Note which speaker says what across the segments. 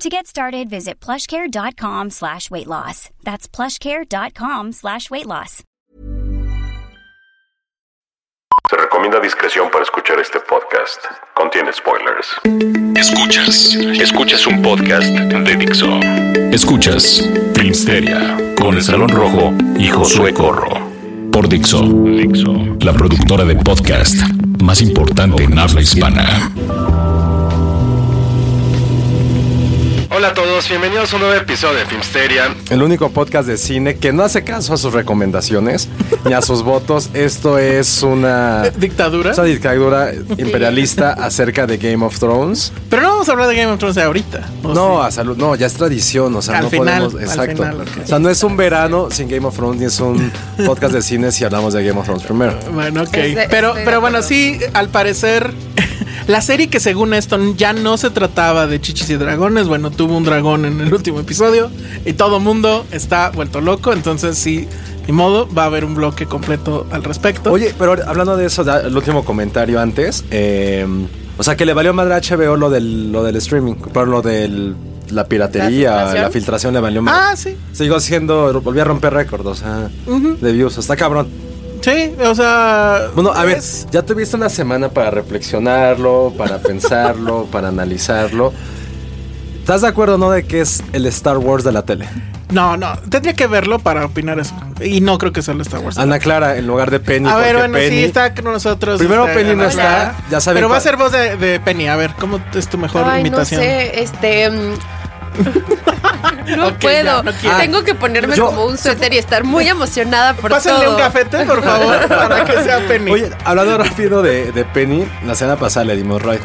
Speaker 1: To get started, visit plushcare.com slash weight loss. That's plushcare.com slash weight loss.
Speaker 2: Se recomienda discreción para escuchar este podcast. Contiene spoilers.
Speaker 3: Escuchas, escuchas un podcast de Dixo. Escuchas Filmsteria con el Salón Rojo y Josué Corro. Por Dixo, Dixo, la productora de podcast más importante en habla hispana.
Speaker 4: Hola a todos, bienvenidos a un nuevo episodio de Filmsteria.
Speaker 5: El único podcast de cine que no hace caso a sus recomendaciones ni a sus votos. Esto es una.
Speaker 6: ¿Dictadura?
Speaker 5: Es una dictadura imperialista acerca de Game of Thrones.
Speaker 6: Pero no vamos a hablar de Game of Thrones de ahorita. ¿o
Speaker 5: No,
Speaker 6: sí?
Speaker 5: a salud, no, ya es tradición, o sea,
Speaker 6: Al
Speaker 5: no
Speaker 6: final,
Speaker 5: podemos,
Speaker 6: al
Speaker 5: exacto.
Speaker 6: final, ok.
Speaker 5: O sea, no es un verano sin Game of Thrones ni es un podcast de cine si hablamos de Game of Thrones primero.
Speaker 6: Bueno, ok.
Speaker 7: Es de-
Speaker 6: pero
Speaker 7: estoy de
Speaker 6: pero bueno,
Speaker 7: acuerdo.
Speaker 6: sí, al parecer, la serie que según esto ya no se trataba de chichis y dragones, bueno, tuvo un dragón en el último episodio y todo mundo está vuelto loco, entonces sí, ni modo, va a haber un bloque completo al respecto.
Speaker 5: Oye, pero ahora, hablando de eso, da- el último comentario antes. eh, o sea, que le valió madre a HBO lo del, lo del streaming, pero lo de la piratería,
Speaker 7: ¿La
Speaker 5: la filtración,
Speaker 7: filtración?
Speaker 5: le valió madre.
Speaker 6: Ah, sí.
Speaker 5: Sigo siendo, volví a romper récord, o sea, de views, está cabrón.
Speaker 6: Sí, o sea...
Speaker 5: Bueno, a ver,
Speaker 6: es-
Speaker 5: ya tuviste una semana para reflexionarlo, para pensarlo, para analizarlo. ¿Estás de acuerdo no de que es el Star Wars de la tele?
Speaker 6: No, no, tendría que verlo para opinar eso. Y no creo que sea el Star Wars.
Speaker 5: Ana Clara en lugar de Penny.
Speaker 6: Pues, A ver,
Speaker 5: porque
Speaker 6: bueno,
Speaker 5: Penny-
Speaker 6: sí, está con nosotros.
Speaker 5: Primero
Speaker 6: este,
Speaker 5: Penny no
Speaker 6: Ana
Speaker 5: está,
Speaker 6: Clara.
Speaker 5: ya saben
Speaker 6: Pero va a
Speaker 5: cuál-
Speaker 6: ser voz de, de Penny. A ver, ¿cómo es tu mejor
Speaker 7: Ay,
Speaker 6: imitación?
Speaker 7: no sé, este... mm, No
Speaker 6: Ok,
Speaker 7: puedo.
Speaker 6: ya, no quiero.
Speaker 7: Tengo que ponerme
Speaker 5: Yo-
Speaker 7: como un suéter y estar muy emocionada por
Speaker 6: Pásenle
Speaker 7: todo.
Speaker 6: un cafete, por favor, para que sea Penny.
Speaker 5: Oye, hablando rápido de, de Penny, la semana pasada le dimos ride.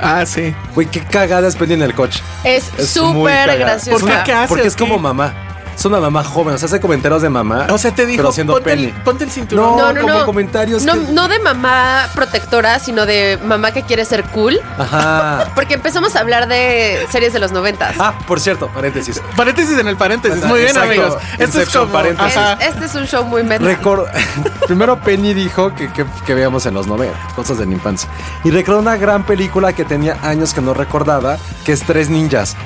Speaker 6: Ah, sí.
Speaker 5: Güey, qué cagada es Penny en el coche.
Speaker 7: Es
Speaker 5: Es muy
Speaker 7: súper
Speaker 5: cagada.
Speaker 7: graciosa.
Speaker 6: ¿Por qué? ¿Qué hace
Speaker 5: Porque
Speaker 6: o
Speaker 5: es como
Speaker 6: qué?
Speaker 5: mamá. Es una mamá joven, o sea, hace comentarios de mamá.
Speaker 6: O sea, te dijo,
Speaker 5: pero siendo
Speaker 6: ponte,
Speaker 5: Penny.
Speaker 6: el, ponte el cinturón.
Speaker 5: No, como comentarios
Speaker 7: No,
Speaker 5: que-
Speaker 7: no de mamá protectora, sino de mamá que quiere ser cool.
Speaker 5: Ajá.
Speaker 7: Porque empezamos a hablar de series de los noventas.
Speaker 5: Ah, por cierto, paréntesis.
Speaker 6: Paréntesis en el paréntesis.
Speaker 5: Ajá,
Speaker 6: Muy bien,
Speaker 5: exacto.
Speaker 6: amigos. Esto es
Speaker 5: Inception,
Speaker 6: como...
Speaker 5: paréntesis.
Speaker 7: Es-
Speaker 6: Ajá.
Speaker 7: este es un show muy meta.
Speaker 5: Recor- Primero Penny dijo que, que, que veíamos en los 90, cosas de la infancia. Y recuerdo una gran película que tenía años que no recordaba, que es Tres Ninjas.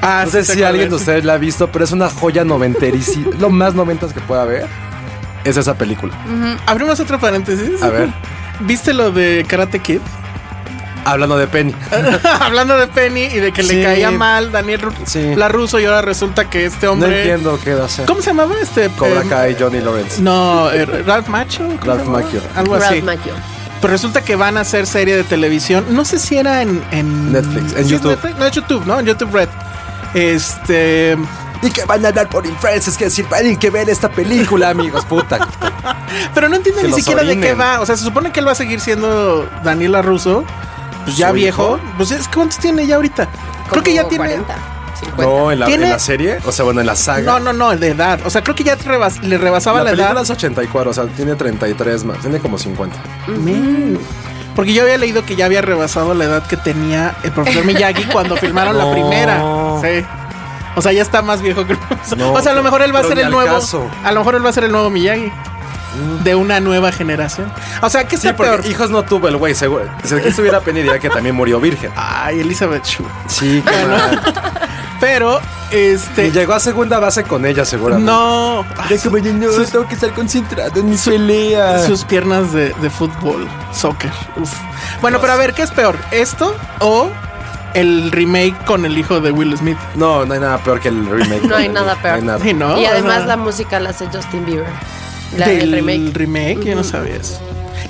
Speaker 6: Ah,
Speaker 5: no
Speaker 6: sí,
Speaker 5: sé
Speaker 6: sé
Speaker 5: si
Speaker 6: cuál
Speaker 5: alguien de
Speaker 6: es.
Speaker 5: ustedes la ha visto, pero es una joya noventérici, lo más noventas que pueda haber. Es esa película.
Speaker 6: Abrimos otro paréntesis.
Speaker 5: A ver.
Speaker 6: ¿Viste lo de Karate Kid?
Speaker 5: Hablando de Penny.
Speaker 6: Hablando de Penny y de que
Speaker 5: Sí.
Speaker 6: le caía mal Daniel Ru-
Speaker 5: Sí.
Speaker 6: la ruso y ahora resulta que este
Speaker 5: No
Speaker 6: hombre...
Speaker 5: entiendo qué va a hacer.
Speaker 6: ¿Cómo se llamaba este?
Speaker 5: Cobra
Speaker 6: eh,
Speaker 5: Kai, Johnny Lawrence.
Speaker 6: No, eh, Ralph Macho. ¿cómo se
Speaker 5: Ralph
Speaker 6: llamaba?
Speaker 5: Macchio.
Speaker 6: Algo
Speaker 7: Ralph
Speaker 6: así.
Speaker 7: Macchio.
Speaker 6: Pero resulta que van a hacer serie de televisión. No sé si era en, en-
Speaker 5: Netflix, en
Speaker 6: ¿Sí es
Speaker 5: YouTube.
Speaker 6: Netflix? No, en YouTube, ¿no? En YouTube Red. Este.
Speaker 5: Y que van a hablar por influencers, que decir, tienen que ver esta película, amigos, puta.
Speaker 6: Pero no entiendo
Speaker 5: Que
Speaker 6: ni
Speaker 5: los
Speaker 6: siquiera de qué
Speaker 5: orinen.
Speaker 6: va. O sea, se supone que él va a seguir siendo Daniela Russo. Pues ya
Speaker 5: ¿Su
Speaker 6: viejo.
Speaker 5: hijo?
Speaker 6: Pues es ¿cuántos tiene ya ahorita? Creo que
Speaker 7: Como
Speaker 6: ya tiene.
Speaker 7: 40, 50.
Speaker 5: No, en la,
Speaker 6: Tiene-
Speaker 5: en la serie. O sea, bueno, en la saga.
Speaker 6: No, no, no, de edad. O sea, creo que ya rebas- le rebasaba
Speaker 5: La
Speaker 6: la,
Speaker 5: película
Speaker 6: edad.
Speaker 5: es 84, o sea, tiene 33 más, tiene como 50.
Speaker 6: Men. Porque yo había leído que ya había rebasado la edad que tenía el profesor Miyagi cuando filmaron la
Speaker 5: No.
Speaker 6: primera. Sí. O sea, ya está más viejo que el profesor.
Speaker 5: No,
Speaker 6: o sea, a lo mejor él va a
Speaker 5: pero
Speaker 6: ser
Speaker 5: ni
Speaker 6: el
Speaker 5: al
Speaker 6: nuevo.
Speaker 5: caso. Mm.
Speaker 6: A lo mejor él va a ser el nuevo Miyagi. De una nueva generación. O sea, ¿qué
Speaker 5: Sí,
Speaker 6: está
Speaker 5: porque
Speaker 6: peor?
Speaker 5: hijos no tuvo el güey, seguro. Si aquí estuviera Penny diría que también murió virgen.
Speaker 6: Ay, Elizabeth Shue.
Speaker 5: Ah, Sí, qué mal.
Speaker 6: Pero,
Speaker 5: Y
Speaker 6: este.
Speaker 5: llegó a segunda base con ella, seguramente.
Speaker 6: No.
Speaker 5: Era como, no, tengo que estar concentrado en mi pelea.
Speaker 6: Ah, Sus piernas de, de fútbol, soccer. Uf. Bueno, pero a ver, ¿qué es peor? ¿Esto o el remake con el hijo de Will Smith.
Speaker 5: No, no hay nada peor que el remake.
Speaker 7: No hay
Speaker 5: el-
Speaker 7: nada peor.
Speaker 5: No hay nada.
Speaker 6: Sí, ¿no?
Speaker 7: y además
Speaker 6: Ajá.
Speaker 7: la música la hace Justin Bieber. La del
Speaker 6: del
Speaker 7: remake.
Speaker 6: yo no sabía eso.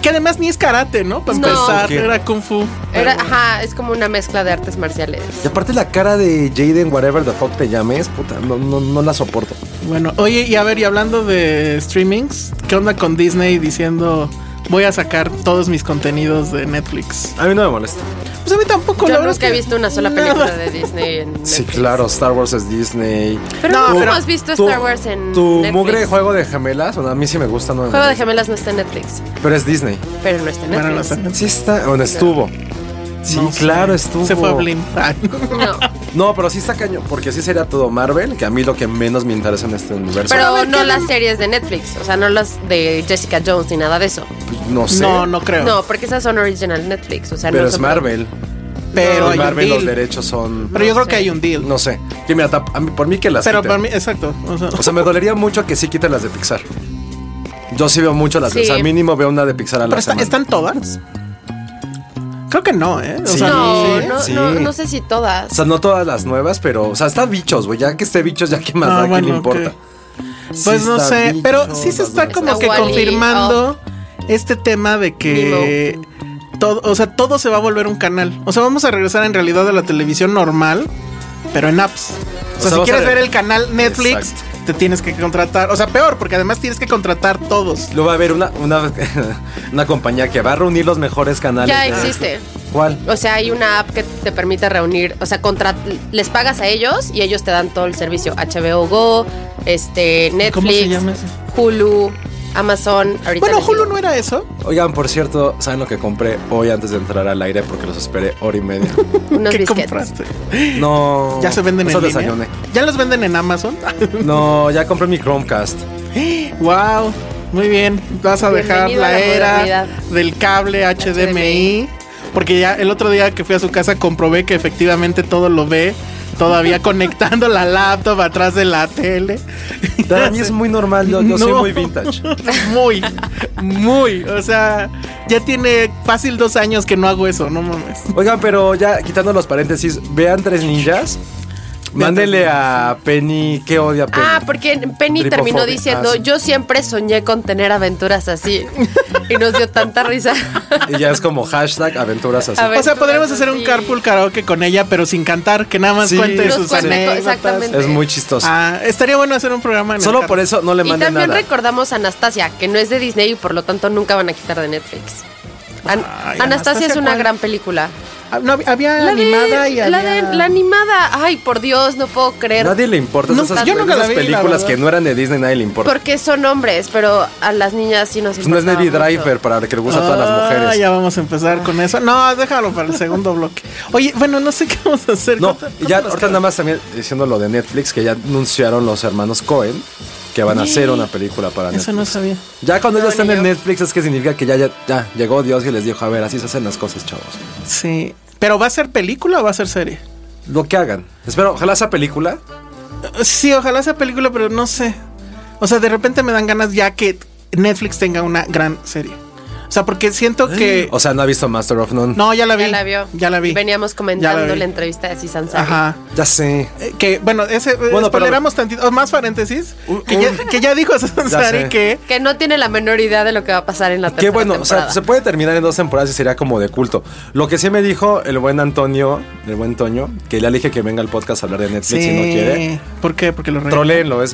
Speaker 6: Que además ni es karate, ¿no? Para
Speaker 7: No.
Speaker 6: empezar,
Speaker 5: Sí.
Speaker 6: era kung fu.
Speaker 7: Era, ajá, es como una mezcla de artes marciales.
Speaker 5: Y aparte la cara de Jaden, whatever the fuck te llames, puta, no, no, no la soporto.
Speaker 6: Bueno, oye, y a ver, y hablando de streamings, ¿qué onda con Disney diciendo voy a sacar todos mis contenidos de Netflix?
Speaker 5: A mí no me molesta.
Speaker 6: Pues a mí tampoco,
Speaker 7: Yo
Speaker 6: la verdad. es
Speaker 7: nunca he
Speaker 6: que
Speaker 7: visto una sola
Speaker 6: nada.
Speaker 7: película de Disney en
Speaker 5: Sí,
Speaker 7: Netflix.
Speaker 5: claro, Star Wars es Disney.
Speaker 7: Pero
Speaker 6: No,
Speaker 7: no,
Speaker 6: pero
Speaker 7: hemos visto
Speaker 5: Tu-
Speaker 7: Star Wars en
Speaker 5: Tu
Speaker 7: Netflix.
Speaker 5: mugre juego de gemelas, bueno, a mí sí me gusta, no me
Speaker 7: Juego de
Speaker 5: molesta.
Speaker 7: gemelas no está en Netflix,
Speaker 5: Pero es Disney.
Speaker 7: pero no está en
Speaker 6: Bueno,
Speaker 7: Netflix.
Speaker 6: los-
Speaker 5: Sí está, bueno, estuvo. Sí,
Speaker 6: no sé.
Speaker 5: claro, estuvo.
Speaker 6: Se fue a Blim. Ah, Ay,
Speaker 7: No,
Speaker 5: No, pero sí está cañón, porque sí sería todo Marvel, que a mí lo que menos me interesa en este universo.
Speaker 6: a
Speaker 7: pero
Speaker 6: ver,
Speaker 7: no
Speaker 6: ¿qué-
Speaker 7: las series de Netflix, o sea, no las de Jessica Jones ni nada de eso.
Speaker 5: pues, no sé.
Speaker 6: No, no creo.
Speaker 7: No, porque esas son original Netflix, o sea,
Speaker 5: Pero
Speaker 7: no
Speaker 5: es
Speaker 7: son-
Speaker 5: Marvel.
Speaker 6: pero
Speaker 5: En
Speaker 6: hay un
Speaker 5: Marvel los
Speaker 6: deal.
Speaker 5: derechos son.
Speaker 6: Pero yo
Speaker 7: No
Speaker 6: creo
Speaker 7: sé.
Speaker 6: que hay un deal.
Speaker 5: No sé. Que mira, tap- a mí- por mí que las.
Speaker 6: pero
Speaker 5: quiten.
Speaker 6: para mí, exacto. O sea,
Speaker 5: O sea, me dolería mucho que sí quiten las de Pixar. Yo sí veo mucho las de. O sea,
Speaker 7: Sí.
Speaker 5: mínimo veo una de Pixar a la
Speaker 6: pero está-
Speaker 5: semana.
Speaker 6: ¿están todas? Creo que no, ¿eh? O
Speaker 5: Sí.
Speaker 6: sea,
Speaker 7: No,
Speaker 6: ¿sí?
Speaker 7: no,
Speaker 5: Sí.
Speaker 7: no, no sé si todas.
Speaker 5: O sea, no todas las nuevas, pero. O sea, está bichos, güey. Ya que esté bichos, ya que más
Speaker 6: Ah,
Speaker 5: da, ¿qué
Speaker 6: bueno,
Speaker 5: le importa?
Speaker 6: ok. Pues no
Speaker 5: está
Speaker 6: sé,
Speaker 5: bicho,
Speaker 6: pero sí se
Speaker 5: las
Speaker 6: está
Speaker 5: nuevas.
Speaker 6: como
Speaker 7: Está
Speaker 6: que
Speaker 7: Wall-E, oh.
Speaker 6: confirmando este tema de que todo, o sea, todo se va a volver un canal. O sea, vamos a regresar en realidad a la televisión normal, pero en apps. O
Speaker 5: O
Speaker 6: sea,
Speaker 5: sea,
Speaker 6: si
Speaker 5: vas
Speaker 6: quieres
Speaker 5: a ver-
Speaker 6: ver el canal Netflix,
Speaker 5: Exacto.
Speaker 6: te tienes que contratar. O sea, peor, porque además tienes que contratar todos.
Speaker 5: Luego va a haber una, una, una compañía que va a reunir los mejores canales.
Speaker 7: Ya
Speaker 5: de-
Speaker 7: existe.
Speaker 5: ¿Cuál?
Speaker 7: O sea, hay una app que te permite reunir, o sea, contra- les pagas a ellos y ellos te dan todo el servicio. HBO Go, este, Netflix,
Speaker 6: ¿Cómo se llama ese?
Speaker 7: Hulu, Amazon. Ahorita
Speaker 6: Bueno,
Speaker 7: les
Speaker 6: Hulu
Speaker 7: digo.
Speaker 6: no era eso.
Speaker 5: Oigan, por cierto, ¿saben lo que compré hoy antes de entrar al aire? Porque los esperé hora y media.
Speaker 7: Unos
Speaker 6: ¿Qué
Speaker 7: biscuits.
Speaker 6: compraste?
Speaker 5: No.
Speaker 6: Ya se venden
Speaker 5: eso
Speaker 6: en línea.
Speaker 5: desayuné.
Speaker 6: Ya los venden en Amazon.
Speaker 5: No, ya compré mi Chromecast.
Speaker 6: wow. Muy bien, vas a dejar
Speaker 7: Bienvenido a
Speaker 6: la,
Speaker 7: la
Speaker 6: era
Speaker 7: modernidad.
Speaker 6: del cable HDMI, porque ya el otro día que fui a su casa comprobé que efectivamente todo lo ve, todavía conectando la laptop atrás de la tele.
Speaker 5: Para mí es muy normal, yo, yo soy
Speaker 6: No.
Speaker 5: muy vintage.
Speaker 6: muy, muy, o sea, ya tiene fácil dos años que no hago eso, no mames.
Speaker 5: Oigan, pero ya quitando los paréntesis, vean tres ninjas. Mándenle a Penny que odia a Penny.
Speaker 7: Ah, porque Penny
Speaker 5: Tripofobia.
Speaker 7: terminó diciendo,
Speaker 5: Ah, sí.
Speaker 7: yo siempre soñé con tener aventuras así. y nos dio tanta risa.
Speaker 5: Y ya es como hashtag aventuras así.
Speaker 7: A ver.
Speaker 6: O sea, podríamos hacer un
Speaker 7: Sí.
Speaker 6: carpool karaoke con ella, pero sin cantar, que nada más
Speaker 5: Sí.
Speaker 6: cuente
Speaker 5: Nos
Speaker 6: sus
Speaker 7: cuente co-
Speaker 6: anécdotas.
Speaker 7: exactamente.
Speaker 5: Es muy chistoso.
Speaker 6: Ah, estaría bueno hacer un programa en el
Speaker 5: Solo
Speaker 6: car-
Speaker 5: por eso no le
Speaker 7: y
Speaker 5: manden
Speaker 7: también
Speaker 5: nada.
Speaker 7: recordamos a Anastasia, que no es de Disney y por lo tanto nunca van a quitar de Netflix.
Speaker 6: Ay,
Speaker 7: An- Anastasia,
Speaker 6: Anastasia,
Speaker 7: es una
Speaker 6: ¿cuál?
Speaker 7: gran película.
Speaker 6: Ah, no, había
Speaker 7: La de-
Speaker 6: animada y
Speaker 7: la,
Speaker 6: había-
Speaker 7: de- la animada. Ay, por Dios, no puedo creer.
Speaker 5: Nadie le importa
Speaker 6: Nunca-
Speaker 5: esas,
Speaker 6: yo nunca la
Speaker 5: esas
Speaker 6: vi, la
Speaker 5: películas
Speaker 6: verdad.
Speaker 5: que no eran de Disney, nadie le importa.
Speaker 7: Porque son hombres, pero a las niñas sí nos
Speaker 5: Pues no es
Speaker 7: importaba
Speaker 5: Neddy
Speaker 7: mucho.
Speaker 5: Driver para que le gusta a todas las
Speaker 6: Ah,
Speaker 5: mujeres.
Speaker 6: ya vamos a empezar con eso. No, déjalo para el segundo bloque. Oye, bueno, no sé qué vamos a hacer.
Speaker 5: No,
Speaker 6: ¿Cuánto-
Speaker 5: y ya
Speaker 6: cuánto nos
Speaker 5: ahorita
Speaker 6: queda?
Speaker 5: nada más también diciendo lo de Netflix, que ya anunciaron los hermanos Cohen que van a hacer una película para Netflix.
Speaker 6: Eso no sabía.
Speaker 5: Ya cuando ellos están
Speaker 7: ni
Speaker 5: en
Speaker 7: yo.
Speaker 5: Netflix es que significa que ya, ya, ya llegó Dios y les dijo, a ver, así se hacen las cosas, chavos.
Speaker 6: Sí. ¿Pero va a ser película o va a ser serie?
Speaker 5: Lo que hagan. Espero, ojalá esa película.
Speaker 6: Eh, Sí, ojalá sea película, pero no sé. O sea, de repente me dan ganas ya que Netflix tenga una gran serie. O sea, porque siento que.
Speaker 5: O sea, no ha visto Master of None.
Speaker 6: No, ya la vi.
Speaker 7: Ya la vio.
Speaker 6: Ya la vi.
Speaker 7: Veníamos
Speaker 6: Ya la
Speaker 7: comentando
Speaker 6: vi.
Speaker 7: la entrevista de Cisan
Speaker 6: Ajá.
Speaker 5: Ya sé.
Speaker 6: Eh, Que bueno, ese. Bueno,
Speaker 5: Bueno,
Speaker 6: spoileramos tantito. oh, Más paréntesis.
Speaker 5: Un-
Speaker 6: que,
Speaker 5: un-
Speaker 6: ya, que ya dijo Sansari
Speaker 5: sé.
Speaker 6: que.
Speaker 7: Que no tiene la menor idea de lo que va a pasar en la
Speaker 5: Qué
Speaker 7: tercera
Speaker 5: bueno, o
Speaker 7: temporada.
Speaker 5: sea, se puede terminar en dos temporadas y sería como de culto. Lo que sí me dijo el buen Antonio, el buen Toño, que ya le dije que venga al podcast a hablar de Netflix si no quiere.
Speaker 6: ¿Por qué? Porque lo reí.
Speaker 5: Troleenlo, es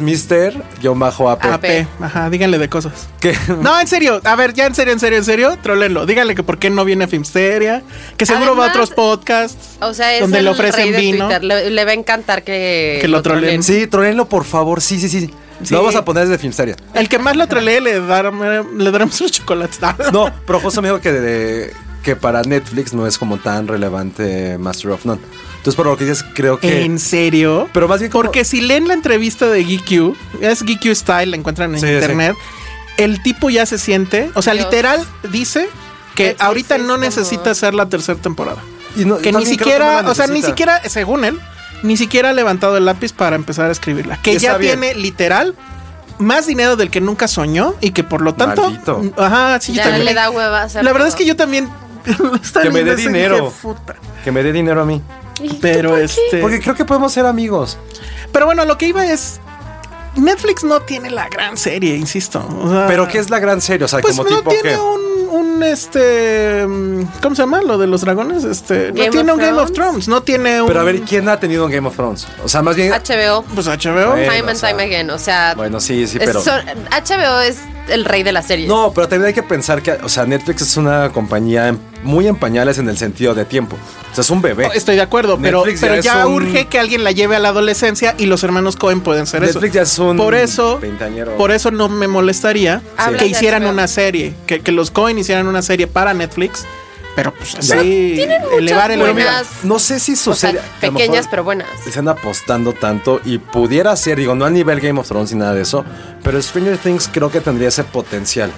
Speaker 5: Mister-Ape.
Speaker 7: Ah,
Speaker 6: AP. Ajá, díganle de cosas.
Speaker 5: que
Speaker 6: No, en serio, a ver, ya en serio, en serio, en serio, trolenlo. Díganle que por qué no viene a Filmsteria, que seguro va a otros
Speaker 7: Además-
Speaker 6: podcasts
Speaker 7: O sea, es
Speaker 6: donde
Speaker 7: el
Speaker 6: le ofrecen
Speaker 7: rey de
Speaker 6: vino.
Speaker 7: Twitter. Le, le va a encantar que,
Speaker 6: Que lo troleen.
Speaker 5: Sí, tronenlo, por favor. Sí, sí, sí.
Speaker 6: Sí.
Speaker 5: Lo vamos a poner desde Filmsteria.
Speaker 6: El que más lo trolee le, dar- le daremos unos chocolates.
Speaker 5: No, pero justo me dijo que, de- que para Netflix no es como tan relevante Master of None. Entonces, por lo que dices, creo que.
Speaker 6: ¿En serio?
Speaker 5: eh, Pero más bien como-
Speaker 6: Porque si leen la entrevista de GQ, es GQ Style, la encuentran en
Speaker 5: Sí, sí.
Speaker 6: internet, el tipo ya se siente, o sea,
Speaker 7: Dios.
Speaker 6: literal dice que
Speaker 7: Netflix
Speaker 6: ahorita
Speaker 7: es
Speaker 6: no
Speaker 7: como-
Speaker 6: necesita hacer la tercera temporada.
Speaker 5: y no-
Speaker 6: que ni
Speaker 5: también creo
Speaker 6: siquiera,
Speaker 5: no la
Speaker 6: o sea, ni
Speaker 5: necesita.
Speaker 6: siquiera, según él, ni siquiera ha levantado el lápiz para empezar a escribirla. Que
Speaker 5: Está
Speaker 6: ya
Speaker 5: bien.
Speaker 6: tiene literal más dinero del que nunca soñó y que por lo tanto.
Speaker 5: Maldito.
Speaker 6: Ajá, sí, yo
Speaker 7: Ya
Speaker 6: también.
Speaker 7: le da hueva hacer
Speaker 6: la verdad
Speaker 7: todo.
Speaker 6: es que yo también.
Speaker 5: Que me dé dinero.
Speaker 6: puta.
Speaker 5: Que me dé dinero a mí.
Speaker 6: Pero este.
Speaker 5: Porque creo que podemos ser amigos.
Speaker 6: Pero bueno, lo que iba es. Netflix no tiene la gran serie, insisto. o sea,
Speaker 5: Pero ¿qué es la gran serie? O sea,
Speaker 6: Pues
Speaker 5: como
Speaker 6: no
Speaker 5: tipo
Speaker 6: tiene
Speaker 5: que.
Speaker 6: un, un, este. mm, ¿Cómo se llama? Lo de los dragones. Este.
Speaker 7: Game
Speaker 6: no tiene
Speaker 7: of
Speaker 6: un Game of
Speaker 7: Thrones.
Speaker 6: Thrones. No tiene un.
Speaker 5: Pero a ver, ¿quién ha tenido un Game of Thrones? O sea, más bien.
Speaker 7: Ah, HBO,
Speaker 6: Pues HBO.
Speaker 5: Eh,
Speaker 7: Time
Speaker 5: o
Speaker 7: and
Speaker 5: sea,
Speaker 7: Time Again. O sea,
Speaker 5: Bueno, sí, sí,
Speaker 7: es-
Speaker 5: pero.
Speaker 7: son- HBO es el rey de las series.
Speaker 5: No, pero también hay que pensar que, o sea, Netflix es una compañía en- muy en pañales en el sentido de tiempo. O sea, es un bebé.
Speaker 6: Estoy de acuerdo, pero,
Speaker 5: Netflix ya
Speaker 6: pero
Speaker 5: es
Speaker 6: ya,
Speaker 5: un-
Speaker 6: urge que alguien la lleve a la adolescencia y los hermanos Cohen pueden ser eso.
Speaker 5: Netflix ya es un
Speaker 6: por eso,
Speaker 5: veinteañero.
Speaker 6: por eso no me molestaría
Speaker 7: Habla
Speaker 6: que
Speaker 7: de
Speaker 6: hicieran
Speaker 7: HBO.
Speaker 6: una serie, que, que los Cohen hicieran una serie para Netflix, pero pues así
Speaker 5: Pero
Speaker 7: tienen muchas
Speaker 6: elevar el
Speaker 7: buenas-
Speaker 6: nivel.
Speaker 5: No sé si
Speaker 7: o sea,
Speaker 5: sucede. a lo mejor
Speaker 7: pequeñas pero buenas.
Speaker 5: Están apostando tanto y pudiera ser, digo, no a nivel Game of Thrones ni nada de eso, pero Stranger Things creo que tendría ese potencial.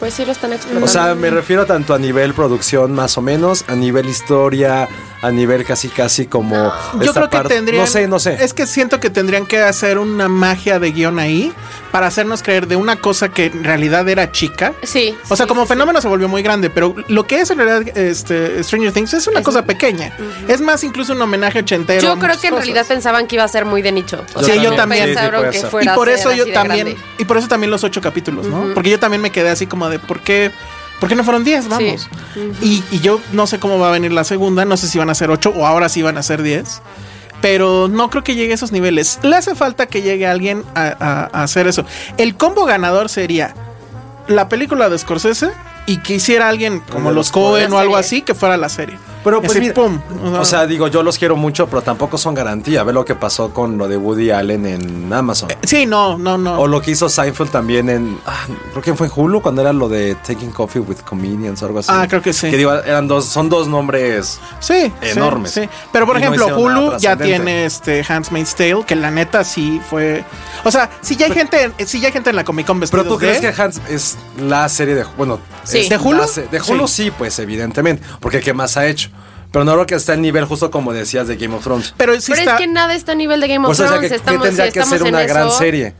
Speaker 7: Pues sí lo están explotando.
Speaker 5: O sea, me refiero tanto a nivel producción más o menos, a nivel historia, a nivel casi casi como...
Speaker 6: Yo
Speaker 5: esta
Speaker 6: creo que
Speaker 5: parte-
Speaker 6: tendrían
Speaker 5: No sé, no sé.
Speaker 6: Es que siento que tendrían que hacer una magia de guión ahí para hacernos creer de una cosa que en realidad era chica.
Speaker 7: sí.
Speaker 6: O sea,
Speaker 7: sí,
Speaker 6: como
Speaker 7: sí,
Speaker 6: fenómeno se volvió muy grande, pero lo que es en realidad este, Stranger Things es una
Speaker 7: Es-
Speaker 6: cosa pequeña. Es más, incluso un homenaje
Speaker 7: sí.
Speaker 6: ochentero. a
Speaker 7: Yo creo
Speaker 6: muchas
Speaker 7: que en
Speaker 6: cosas.
Speaker 7: realidad pensaban que iba a ser muy de nicho. O
Speaker 6: Sí,
Speaker 7: sea,
Speaker 6: yo
Speaker 7: no
Speaker 6: también.
Speaker 7: pensaron
Speaker 5: Sí, sí, puede
Speaker 7: que
Speaker 5: ser.
Speaker 7: fuera
Speaker 6: Y
Speaker 7: a
Speaker 6: por
Speaker 7: ser
Speaker 6: eso
Speaker 7: así
Speaker 6: yo
Speaker 7: de
Speaker 6: también.
Speaker 7: grande.
Speaker 6: Y por eso también los ocho capítulos, ¿no? Porque yo también me quedé así como de, ¿por qué? ¿Por qué no fueron 10? Vamos. y, y yo no sé cómo va a venir la segunda, no sé si van a ser 8 o ahora sí van a ser 10. Pero no creo que llegue a esos niveles. Le hace falta que llegue alguien a, a- a hacer eso. El combo ganador sería la película de Scorsese y que hiciera alguien como
Speaker 5: de
Speaker 6: los
Speaker 5: los Coen.
Speaker 6: Cohen o algo
Speaker 7: serie.
Speaker 6: así que fuera la serie.
Speaker 5: Pero
Speaker 6: Y
Speaker 5: pues
Speaker 6: así,
Speaker 5: mira,
Speaker 6: pum.
Speaker 5: o sea, digo, yo los quiero mucho, pero tampoco son garantía. Ve lo que pasó con lo de Woody Allen en Amazon.
Speaker 6: sí, no, no, no.
Speaker 5: O lo que hizo Seinfeld también en. ah, creo que fue en Hulu cuando era lo de Taking Coffee with Comedians o algo así.
Speaker 6: Ah, creo que sí.
Speaker 5: Que digo, eran dos, son dos nombres.
Speaker 6: Sí,
Speaker 5: enormes.
Speaker 6: sí, sí. Pero por
Speaker 5: Y no
Speaker 6: ejemplo,
Speaker 5: hicieron nada
Speaker 6: Hulu ya
Speaker 5: trascendente.
Speaker 6: tiene este Handmaid's Tale, que la neta sí fue. O sea, si ya hay gente, si ya hay gente en la Comic Con
Speaker 5: Pero
Speaker 6: vestidos
Speaker 5: tú crees
Speaker 6: de-
Speaker 5: que Hans es la serie de. Bueno,
Speaker 7: Sí.
Speaker 5: es
Speaker 6: ¿De
Speaker 5: la
Speaker 6: Hulu?
Speaker 5: se- De Hulu sí. pues evidentemente. Porque ¿qué más ha hecho? Pero no creo que está el nivel justo como decías de Game of Thrones.
Speaker 6: Pero sí
Speaker 7: Pero
Speaker 6: está.
Speaker 7: es que nada está a nivel de Game
Speaker 5: Por
Speaker 7: of
Speaker 5: eso decía
Speaker 7: Thrones.
Speaker 5: que, que
Speaker 7: estamos,
Speaker 5: tendría que
Speaker 7: estamos
Speaker 5: ser
Speaker 7: en
Speaker 5: una gran
Speaker 7: eso.
Speaker 5: serie.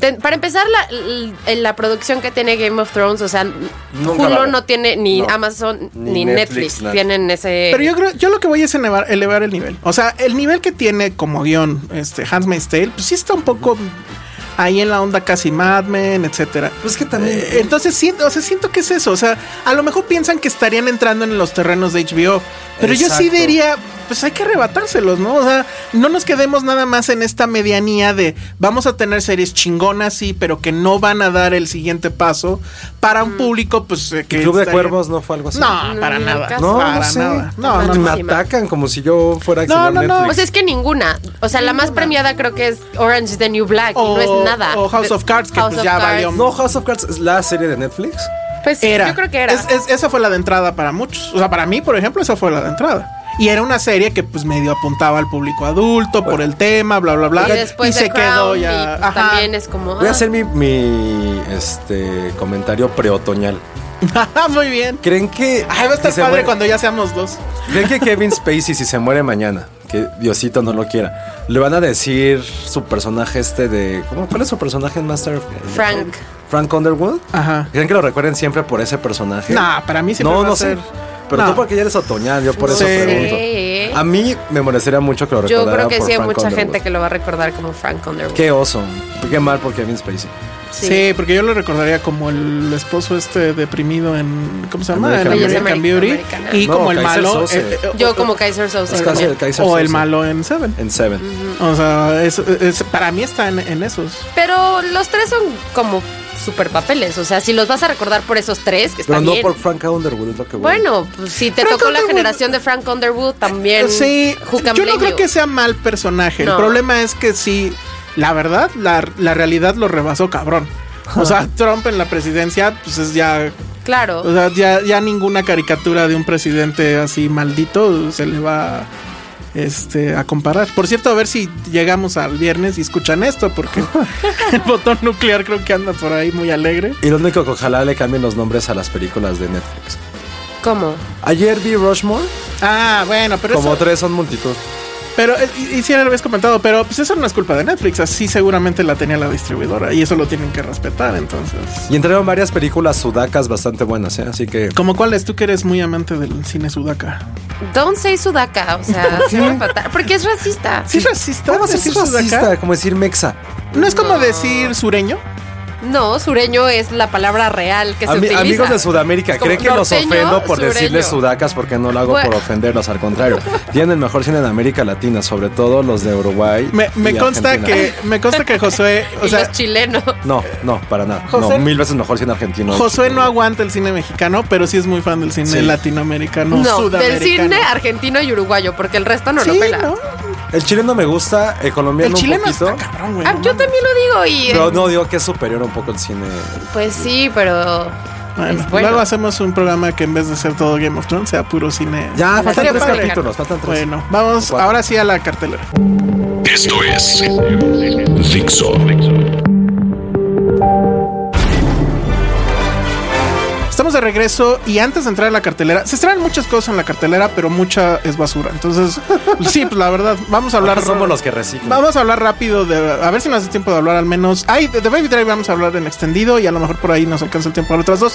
Speaker 7: Ten- para empezar, la, l- la producción que tiene Game of Thrones, o sea,
Speaker 5: la
Speaker 7: Hulu
Speaker 5: veo.
Speaker 7: no tiene ni
Speaker 5: No.
Speaker 7: Amazon
Speaker 5: Ni
Speaker 7: ni,
Speaker 5: Netflix,
Speaker 7: Netflix,
Speaker 5: nada.
Speaker 7: tienen ese.
Speaker 6: Pero yo creo, yo lo que voy es elevar, elevar el nivel. O sea, el nivel que tiene como guión este Handmaid's Tale, pues sí está un poco ahí en la onda casi Mad Men, etcétera.
Speaker 5: Pues que también.
Speaker 6: Eh, Entonces siento, o sea, siento que es eso. O sea, a lo mejor piensan que estarían entrando en los terrenos de HBO. Pero yo sí
Speaker 5: Exacto.
Speaker 6: diría, pues hay que arrebatárselos, ¿no? O sea, no nos quedemos nada más en esta medianía de vamos a tener series chingonas, sí, pero que no van a dar el siguiente paso para un público, pues eh, que.
Speaker 5: Mm. Club de
Speaker 6: estaría-
Speaker 5: Cuervos no fue algo así.
Speaker 6: No, para
Speaker 7: ni
Speaker 6: nada.
Speaker 7: caso.
Speaker 5: No,
Speaker 6: para
Speaker 5: no sé.
Speaker 6: nada. No, no,
Speaker 5: Me
Speaker 6: no.
Speaker 7: Malísima.
Speaker 5: atacan como si yo fuera a
Speaker 6: No,
Speaker 5: exiliar
Speaker 6: no, no.
Speaker 5: Netflix.
Speaker 7: Pues es que ninguna. O sea, la más premiada creo que es Orange is the New Black y no es nada.
Speaker 6: o House
Speaker 7: De-
Speaker 6: of Cards, que
Speaker 7: House
Speaker 6: pues
Speaker 7: of
Speaker 6: ya
Speaker 7: Cards.
Speaker 6: valió.
Speaker 5: No, House of Cards es la serie de Netflix.
Speaker 7: Pues
Speaker 6: Era.
Speaker 7: yo creo que era.
Speaker 6: Es- es- esa fue la de entrada para muchos. O sea, para mí, por ejemplo, esa fue la de entrada. Y era una serie que pues medio apuntaba al público adulto por el tema, bla, bla, bla.
Speaker 7: y después de
Speaker 6: se quedó
Speaker 7: Crown,
Speaker 6: ya.
Speaker 7: y, pues,
Speaker 6: Ajá.
Speaker 7: también es como.
Speaker 5: Voy a
Speaker 7: ah,
Speaker 5: hacer mi, mi, este comentario preotoñal.
Speaker 6: Ajá, Ah, Muy bien.
Speaker 5: ¿Creen que
Speaker 6: Ay, va a estar
Speaker 5: si se
Speaker 6: padre
Speaker 5: muere-
Speaker 6: cuando ya seamos dos.
Speaker 5: ¿Creen que Kevin Spacey si se muere mañana, que Diosito no lo quiera, le van a decir su personaje este de ¿cómo, cuál es su personaje en Master of eh,
Speaker 7: Frank.
Speaker 5: Frank Underwood?
Speaker 6: Ajá.
Speaker 5: ¿Creen que lo recuerden siempre por ese personaje?
Speaker 6: Nah, para mí siempre
Speaker 5: No,
Speaker 6: va
Speaker 5: no
Speaker 6: a
Speaker 5: sé.
Speaker 6: ser-
Speaker 5: Pero
Speaker 6: No.
Speaker 5: tú porque ya eres otoñal, yo por
Speaker 7: No
Speaker 5: eso
Speaker 6: sé.
Speaker 5: pregunto. A mí me molestaría mucho que lo
Speaker 7: ah, Yo
Speaker 5: recordaran
Speaker 7: creo que
Speaker 5: por
Speaker 7: sí hay
Speaker 5: Frank
Speaker 7: mucha
Speaker 5: Underwood.
Speaker 7: gente que lo va a recordar como Frank Underwood.
Speaker 5: Qué oso. Qué mal por Kevin Spacey.
Speaker 6: Sí. porque yo lo recordaría como el esposo este deprimido en. ¿Cómo se llama?
Speaker 5: American
Speaker 6: en
Speaker 5: Beauty.
Speaker 6: American Beauty.
Speaker 7: Americana.
Speaker 6: Y
Speaker 5: No,
Speaker 6: como el
Speaker 5: Kaiser
Speaker 6: malo. eh,
Speaker 5: Soze.
Speaker 7: Yo como Kaiser Soze
Speaker 5: Es casi
Speaker 7: también.
Speaker 5: el Kaiser
Speaker 6: o el
Speaker 5: Soze.
Speaker 6: malo en Seven.
Speaker 5: En Seven.
Speaker 7: Mm.
Speaker 6: O sea, es- es- para mí está en, en esos.
Speaker 7: Pero los tres son como super papeles. O sea, si los vas a recordar por esos tres, que
Speaker 5: Pero
Speaker 7: están
Speaker 5: no
Speaker 7: bien.
Speaker 5: por Frank Underwood, es lo que voy.
Speaker 7: Bueno, pues, si te
Speaker 6: Frank
Speaker 7: tocó la
Speaker 6: Underwood.
Speaker 7: generación de Frank Underwood, también.
Speaker 6: Sí,
Speaker 7: who can
Speaker 6: yo no
Speaker 7: blame
Speaker 6: creo
Speaker 7: you?
Speaker 6: que sea mal personaje. El
Speaker 7: No.
Speaker 6: problema es que sí, la verdad, la, la realidad lo rebasó cabrón. O sea, Trump en la presidencia, pues es ya.
Speaker 7: Claro.
Speaker 6: O sea, ya, ya ninguna caricatura de un presidente así maldito se le va este, a comparar. Por cierto, a ver si llegamos al viernes y escuchan esto, porque el botón nuclear creo que anda por ahí muy alegre.
Speaker 5: Y lo único que ojalá le cambien los nombres a las películas de Netflix.
Speaker 7: ¿Cómo?
Speaker 5: Ayer vi Rushmore,
Speaker 6: Ah, bueno, pero
Speaker 5: como
Speaker 6: eso-
Speaker 5: tres son multitud.
Speaker 6: Pero, eh, y, y sí, ya lo habías comentado, pero pues eso no es culpa de Netflix. Así seguramente la tenía la distribuidora y eso lo tienen que respetar. Entonces,
Speaker 5: Y entregaron varias películas sudacas bastante buenas, ¿eh? Así que.
Speaker 6: como cuál es tú que eres muy amante del cine sudaca.
Speaker 7: Don't say sudaca, o sea, se va a empatar, Porque es racista.
Speaker 6: ¿Sí es racista?
Speaker 5: Además,
Speaker 6: decir
Speaker 5: es racista,
Speaker 6: sudaca?
Speaker 5: como decir mexa.
Speaker 6: ¿No es como decir sureño?
Speaker 7: No, sureño es la palabra real que se
Speaker 5: Ami-
Speaker 7: utiliza.
Speaker 5: amigos de Sudamérica,
Speaker 7: Es como
Speaker 5: ¿creen que los
Speaker 7: norteño,
Speaker 5: ofendo por
Speaker 7: sureño.
Speaker 5: decirles sudacas? Porque no lo hago
Speaker 7: Bueno.
Speaker 5: por ofenderlos, al contrario. Tienen el mejor cine de América Latina, sobre todo los de Uruguay.
Speaker 6: Me, me
Speaker 5: y
Speaker 6: consta que
Speaker 5: Argentina.
Speaker 6: me consta que Josué, o
Speaker 7: Y
Speaker 6: sea,
Speaker 7: los chilenos.
Speaker 5: No, no, para nada.
Speaker 6: José-
Speaker 5: no, mil veces mejor cine argentino.
Speaker 6: Josué no aguanta el cine mexicano, pero sí es muy fan del cine
Speaker 5: Sí.
Speaker 6: latinoamericano,
Speaker 7: No, del
Speaker 6: sudamericano.
Speaker 7: cine argentino y uruguayo, porque el resto no
Speaker 6: Sí,
Speaker 7: lo pela.
Speaker 6: ¿no?
Speaker 5: El chileno me gusta, el colombiano
Speaker 6: El
Speaker 5: un
Speaker 6: chileno
Speaker 5: poquito.
Speaker 6: está cabrón, güey.
Speaker 7: Ah,
Speaker 6: no
Speaker 7: yo
Speaker 6: mames.
Speaker 7: también lo digo y. eh,
Speaker 5: Pero no digo que es superior un poco el cine.
Speaker 7: Pues sí, pero.
Speaker 6: Bueno,
Speaker 7: es bueno.
Speaker 6: Luego hacemos un programa que en vez de ser todo Game of Thrones sea puro cine.
Speaker 5: Ya, faltan
Speaker 7: serie
Speaker 5: tres
Speaker 7: padre.
Speaker 5: capítulos, faltan tres.
Speaker 6: Bueno, vamos
Speaker 5: Cuatro.
Speaker 6: ahora sí a la cartelera.
Speaker 3: Esto es Dixo.
Speaker 6: Estamos de regreso y antes de entrar a la cartelera, se estrenan muchas cosas en la cartelera, pero mucha es basura. Entonces, sí, pues la verdad, vamos a hablar.
Speaker 5: Ahora somos los que reciclan.
Speaker 6: Vamos a hablar rápido de. A ver si nos da tiempo de hablar al menos. Ay, de The Baby Drive vamos a hablar en extendido y a lo mejor por ahí nos alcanza el tiempo para otras dos.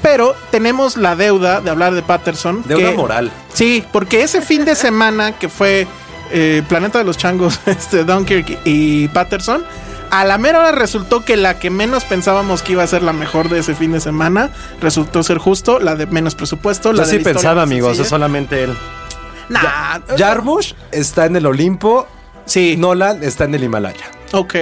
Speaker 6: Pero tenemos la deuda de hablar de Patterson.
Speaker 5: Deuda
Speaker 6: que-
Speaker 5: moral.
Speaker 6: Sí, porque ese fin de semana que fue eh, Planeta de los Changos, este, Dunkirk y Patterson, a la mera hora resultó que la que menos pensábamos que iba a ser la mejor de ese fin de semana resultó ser justo la de menos presupuesto.
Speaker 5: Yo
Speaker 6: la de
Speaker 5: sí
Speaker 6: la historia ¿eh?
Speaker 5: pensaba,
Speaker 6: más
Speaker 5: amigos, es
Speaker 6: sencilla.
Speaker 5: solamente él.
Speaker 6: Nah, eh,
Speaker 5: Jarmusch está en el Olimpo.
Speaker 6: Sí.
Speaker 5: Nolan está en el Himalaya.
Speaker 6: Ok.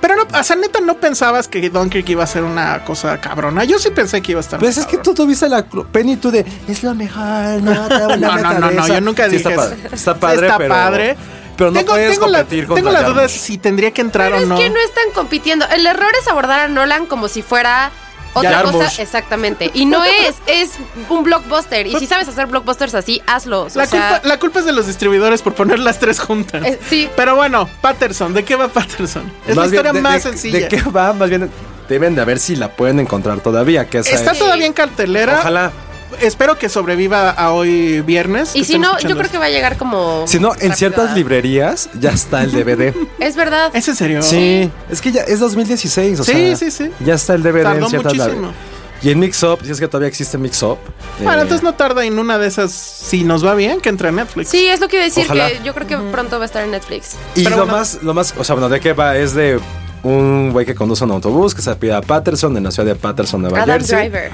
Speaker 6: Pero no, o sea, neta, no pensabas que Dunkirk iba a ser una cosa cabrona. Yo sí pensé que iba a estar.
Speaker 5: Pues es que tú tuviste la cru- Penny tú de es lo mejor, no, te hago la
Speaker 6: No,
Speaker 5: meta
Speaker 6: no, no,
Speaker 5: de
Speaker 6: no,
Speaker 5: esa".
Speaker 6: yo nunca
Speaker 5: Sí,
Speaker 6: dije
Speaker 5: está
Speaker 6: eso.
Speaker 5: padre, está padre,
Speaker 6: Está
Speaker 5: pero,
Speaker 6: padre.
Speaker 5: pero no puedes competir
Speaker 6: la,
Speaker 5: contra
Speaker 6: Tengo la
Speaker 5: Jarmusch.
Speaker 6: duda si tendría que entrar
Speaker 7: Pero
Speaker 6: o
Speaker 7: es
Speaker 6: no.
Speaker 7: que no están compitiendo. El error es abordar a Nolan como si fuera otra
Speaker 5: Jarmusch.
Speaker 7: cosa. Exactamente. Y no es, es un blockbuster. Y si sabes hacer blockbusters así, hazlos.
Speaker 6: la,
Speaker 7: o sea,
Speaker 6: culpa, la culpa es de los distribuidores por poner las tres juntas.
Speaker 7: Eh, sí.
Speaker 6: Pero bueno, Patterson, ¿de qué va Patterson? Es
Speaker 5: Más
Speaker 6: la historia
Speaker 5: bien, de-
Speaker 6: más
Speaker 5: de-
Speaker 6: sencilla.
Speaker 5: ¿De qué va? Más bien deben de ver si la pueden encontrar todavía, que esa
Speaker 6: Está
Speaker 5: es-
Speaker 6: todavía en cartelera.
Speaker 5: Ojalá.
Speaker 6: Espero que sobreviva a hoy viernes.
Speaker 7: y
Speaker 6: que
Speaker 7: si
Speaker 6: estén
Speaker 7: no, yo
Speaker 6: escuchando
Speaker 7: creo que va a llegar como.
Speaker 5: Si no, en
Speaker 7: rápido,
Speaker 5: ciertas
Speaker 7: ¿verdad?
Speaker 5: librerías ya está el DVD.
Speaker 7: Es verdad.
Speaker 6: esto. ¿Es en serio?
Speaker 5: Es que ya es 2016, o
Speaker 6: Sí,
Speaker 5: sea.
Speaker 6: sí, sí.
Speaker 5: Ya está el DVD
Speaker 6: Tardó
Speaker 5: en ciertas
Speaker 6: muchísimo.
Speaker 5: lab- Y en Mix Up, si es que todavía existe Mix Up.
Speaker 6: Bueno,
Speaker 5: eh,
Speaker 6: entonces no tarda en una de esas, si nos va bien, que entre a Netflix.
Speaker 7: Sí, es lo que iba a decir,
Speaker 5: Ojalá.
Speaker 7: que yo creo que pronto va a estar en Netflix.
Speaker 5: Y
Speaker 6: Pero
Speaker 5: lo
Speaker 6: bueno.
Speaker 5: más, lo más, o sea, bueno, ¿de qué va? Es de un güey que conduce un autobús que se pide a Patterson en la ciudad de Patterson, Nueva
Speaker 7: Adam
Speaker 5: Jersey.
Speaker 7: Driver.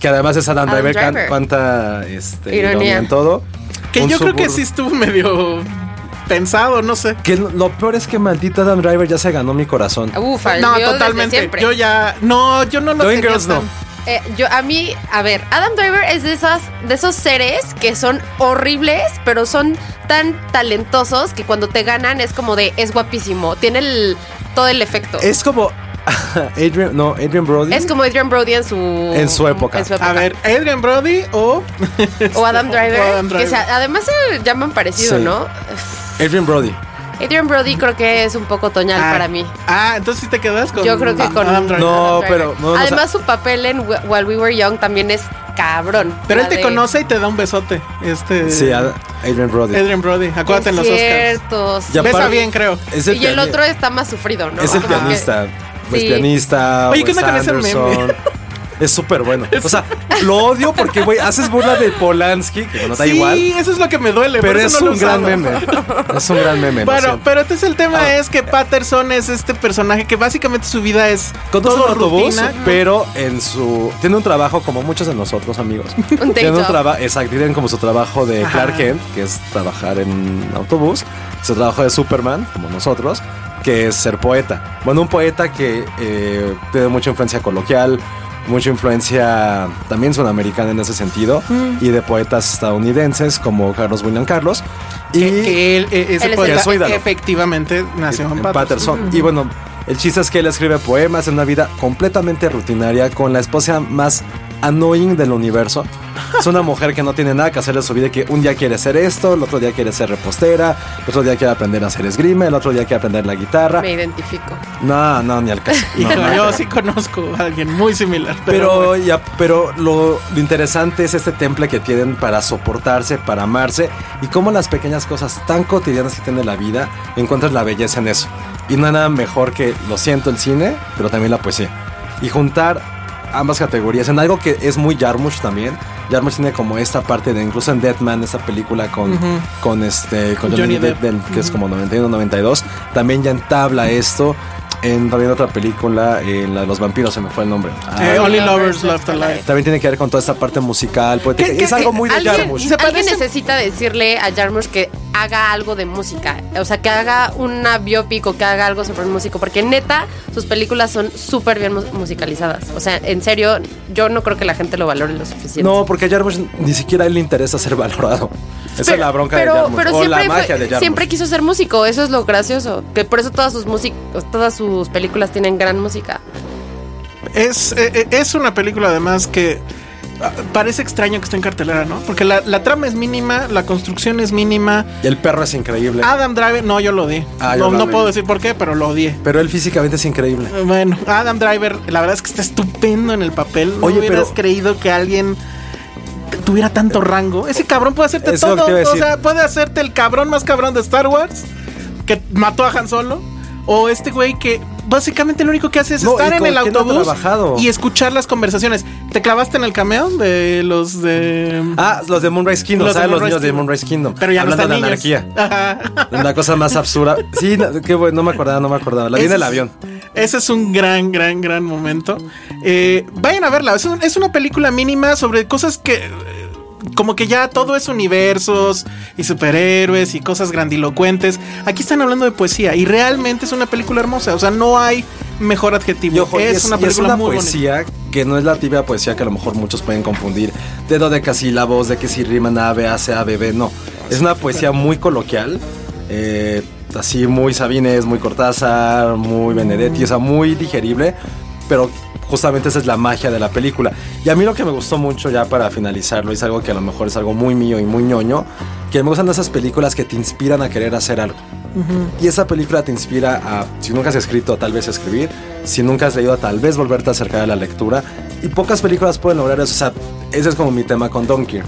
Speaker 5: Que además es Adam,
Speaker 7: Adam
Speaker 5: Driver, can-
Speaker 7: Driver.
Speaker 5: cuánta este,
Speaker 7: Ironía.
Speaker 5: ironía. en todo.
Speaker 6: Que
Speaker 5: Un
Speaker 6: yo creo que
Speaker 5: suburb-
Speaker 6: sí estuvo medio pensado, no sé.
Speaker 5: Que lo- lo peor es que maldito Adam Driver ya se ganó mi corazón.
Speaker 7: Uf, al
Speaker 6: No,
Speaker 7: Dios desde
Speaker 6: totalmente.
Speaker 7: siempre.
Speaker 6: Yo ya. No, yo no lo
Speaker 5: Doing
Speaker 6: tenía
Speaker 5: Girls no.
Speaker 6: tan-
Speaker 7: Eh, yo a mí, a ver, Adam Driver es de esas de esos seres que son horribles, pero son tan talentosos que cuando te ganan es como de es guapísimo, tiene el todo el efecto. Es,
Speaker 5: Es como Adrian, no, Adrian Brody.
Speaker 7: como Adrian Brody en su
Speaker 5: En su época.
Speaker 7: en su
Speaker 6: A ver, Adrian Brody o.
Speaker 7: o Adam Driver,
Speaker 6: o Adam
Speaker 7: que
Speaker 6: Driver.
Speaker 7: se- además se llaman parecido,
Speaker 5: Sí.
Speaker 7: ¿no?
Speaker 5: Adrian Brody.
Speaker 7: Adrian Brody creo que es un poco toñal
Speaker 6: Ah,
Speaker 7: para mí.
Speaker 6: Ah, entonces sí te quedas con.
Speaker 7: Yo creo que
Speaker 6: Ah,
Speaker 7: con
Speaker 6: Adam Driver.
Speaker 5: No,
Speaker 7: Adam Driver.
Speaker 5: pero no, no,
Speaker 7: además su papel en Wh- While We Were Young también es cabrón.
Speaker 6: Pero
Speaker 7: La
Speaker 6: él te
Speaker 7: de-
Speaker 6: conoce y te da un besote. Este.
Speaker 5: Sí, Ad- Adrian Brody.
Speaker 6: Adrian Brody. Acuérdate en
Speaker 7: Es
Speaker 6: los Oscars.
Speaker 7: cierto, sí.
Speaker 5: Y aparte-
Speaker 6: Besa bien, creo.
Speaker 5: Es
Speaker 7: y el
Speaker 5: piani-
Speaker 7: otro está más sufrido, ¿no?
Speaker 5: Es el
Speaker 7: Como que-
Speaker 5: pianista. Es
Speaker 7: Sí.
Speaker 5: pianista.
Speaker 6: Oye, ¿qué
Speaker 5: Wes
Speaker 6: onda con ese meme?
Speaker 5: Anderson. Es súper bueno. O sea, lo odio porque, güey, haces burla de Polanski, que bueno, da
Speaker 6: sí,
Speaker 5: igual.
Speaker 6: eso es lo que me duele. por
Speaker 5: Pero
Speaker 6: eso
Speaker 5: es
Speaker 6: no lo he
Speaker 5: un gran
Speaker 6: usado.
Speaker 5: meme. Es un gran meme. lo
Speaker 6: Bueno,
Speaker 5: siento.
Speaker 6: pero entonces el tema
Speaker 5: Ah.
Speaker 6: es que Patterson es este personaje que básicamente su vida es
Speaker 5: Conduce un
Speaker 6: todo
Speaker 5: autobús,
Speaker 6: rutina.
Speaker 5: pero en su. Tiene un trabajo como muchos de nosotros, amigos.
Speaker 7: Un day
Speaker 5: Tiene un
Speaker 7: job.
Speaker 5: trabajo. Exacto, tienen como su trabajo de
Speaker 6: Ajá.
Speaker 5: Clark Kent, que es trabajar en un autobús. Su trabajo de Superman, como nosotros, que es ser poeta. Bueno, un poeta que eh, tiene mucha influencia coloquial, mucha influencia también sudamericana en ese sentido,
Speaker 6: Mm.
Speaker 5: y de poetas estadounidenses como Carlos William Carlos. Y
Speaker 6: que él, eh, ese
Speaker 7: Él es
Speaker 6: poeta
Speaker 5: el- su ídolo.
Speaker 6: efectivamente nació en,
Speaker 5: en
Speaker 6: Patterson.
Speaker 5: Patterson. Y bueno, el chiste es que él escribe poemas en una vida completamente rutinaria con la esposa más annoying del universo. Es una mujer que no tiene nada que hacer de su vida, que un día quiere ser esto, el otro día quiere ser repostera, el otro día quiere aprender a hacer esgrima, el otro día quiere aprender la guitarra.
Speaker 7: Me identifico.
Speaker 5: No, no, ni al caso. No,
Speaker 6: Híjole,
Speaker 5: no,
Speaker 6: yo
Speaker 5: no.
Speaker 6: sí conozco a alguien muy similar.
Speaker 5: Pero, ya, pero lo, lo interesante es este temple que tienen para soportarse, para amarse y cómo las pequeñas cosas tan cotidianas que tiene la vida encuentras la belleza en eso. Y no hay nada mejor que lo siento el cine, pero también la poesía. Y juntar ambas categorías en algo que es muy Jarmusch también. Jarmusch tiene como esta parte de incluso en Deadman, esta película con, con este con Johnny,
Speaker 6: Johnny
Speaker 5: Depp,
Speaker 6: Depp.
Speaker 5: del- que es como 91-92, también ya entabla esto. En también otra película, en la de los vampiros, se me fue el nombre. Ah,
Speaker 6: Eh, Only Lovers Left Alive.
Speaker 5: también tiene que ver con toda esta parte musical, poética.
Speaker 6: ¿Qué- qué-
Speaker 5: es algo muy de
Speaker 7: ¿Alguien,
Speaker 5: Jarmusch.
Speaker 7: alguien necesita decirle a Jarmusch que haga algo de música. O sea, que haga una biopic o que haga algo sobre un músico. Porque neta, sus películas son súper bien mu- musicalizadas. O sea, en serio, yo no creo que la gente lo valore lo suficiente.
Speaker 5: No, porque a Jarmusch ni siquiera a él le interesa ser valorado. Esa es la bronca
Speaker 7: pero,
Speaker 5: de Jarmusch.
Speaker 7: pero
Speaker 5: o la
Speaker 7: siempre, fue-
Speaker 5: magia de Jarmusch.
Speaker 7: siempre quiso ser músico, eso es lo gracioso. Que por eso todas sus músicos, todas sus películas tienen gran música.
Speaker 6: Es, eh, eh, es una película además que ah, parece extraño que esté en cartelera, ¿no? Porque la, la trama es mínima, la construcción es mínima.
Speaker 5: Y el perro es increíble.
Speaker 6: Adam Driver, no, yo lo odié.
Speaker 5: Ah, yo
Speaker 6: no,
Speaker 5: lo
Speaker 6: no
Speaker 5: amé.
Speaker 6: puedo decir por qué, pero lo odié.
Speaker 5: Pero él físicamente es increíble.
Speaker 6: Eh, Bueno, Adam Driver, la verdad es que está estupendo en el papel. No
Speaker 5: Oye,
Speaker 6: hubieras
Speaker 5: pero-
Speaker 6: creído que alguien tuviera tanto rango. Ese cabrón puede hacerte
Speaker 5: Es lo
Speaker 6: todo.
Speaker 5: que te iba a
Speaker 6: O
Speaker 5: decir.
Speaker 6: sea, puede hacerte el cabrón más cabrón de Star Wars que mató a Han Solo. O este güey que básicamente lo único que hace es
Speaker 5: No,
Speaker 6: estar
Speaker 5: ¿y
Speaker 6: en
Speaker 5: con
Speaker 6: el
Speaker 5: quién ha
Speaker 6: autobús
Speaker 5: trabajado?
Speaker 6: y escuchar las conversaciones. ¿Te clavaste en el cameo de los de.
Speaker 5: Ah, los de Moonrise Kingdom,
Speaker 6: Los de
Speaker 5: ¿sabes? Los
Speaker 6: Moonrise
Speaker 5: niños de
Speaker 6: Kingdom.
Speaker 5: Moonrise Kingdom.
Speaker 6: Pero ya no
Speaker 5: Hablando
Speaker 6: están
Speaker 5: de
Speaker 6: niños.
Speaker 5: anarquía.
Speaker 6: Ajá.
Speaker 5: La cosa más absurda. Sí, no, qué bueno, no me acordaba, no me acordaba. La vi en
Speaker 6: Ese
Speaker 5: el
Speaker 6: es-
Speaker 5: avión.
Speaker 6: Ese es un gran, gran, gran momento. Eh, vayan a verla. Es, un- es una película mínima sobre cosas que. eh, Como que ya todo es universos y superhéroes y cosas grandilocuentes. Aquí están hablando de poesía y realmente es una película hermosa. O sea, no hay mejor adjetivo.
Speaker 5: Y ojo, y
Speaker 6: es, una
Speaker 5: y es
Speaker 6: película
Speaker 5: una
Speaker 6: muy bonita.
Speaker 5: poesía que no es la tibia poesía que a lo mejor muchos pueden confundir de dodecasílabos, de que si riman A, B, A, C, A, B, B, no. Es una poesía muy coloquial, eh, así muy Sabines, muy Cortázar, muy Benedetti, o sea, muy digerible, pero justamente esa es la magia de la película. Y a mí lo que me gustó mucho ya para finalizarlo, es algo que a lo mejor es algo muy mío y muy ñoño, que me gustan esas películas que te inspiran a querer hacer algo. Y esa película te inspira a, si nunca has escrito, a tal vez escribir, si nunca has leído, a tal vez volverte a acercar a la lectura. Y pocas películas pueden lograr eso. O sea, ese es como mi tema con Dunkirk,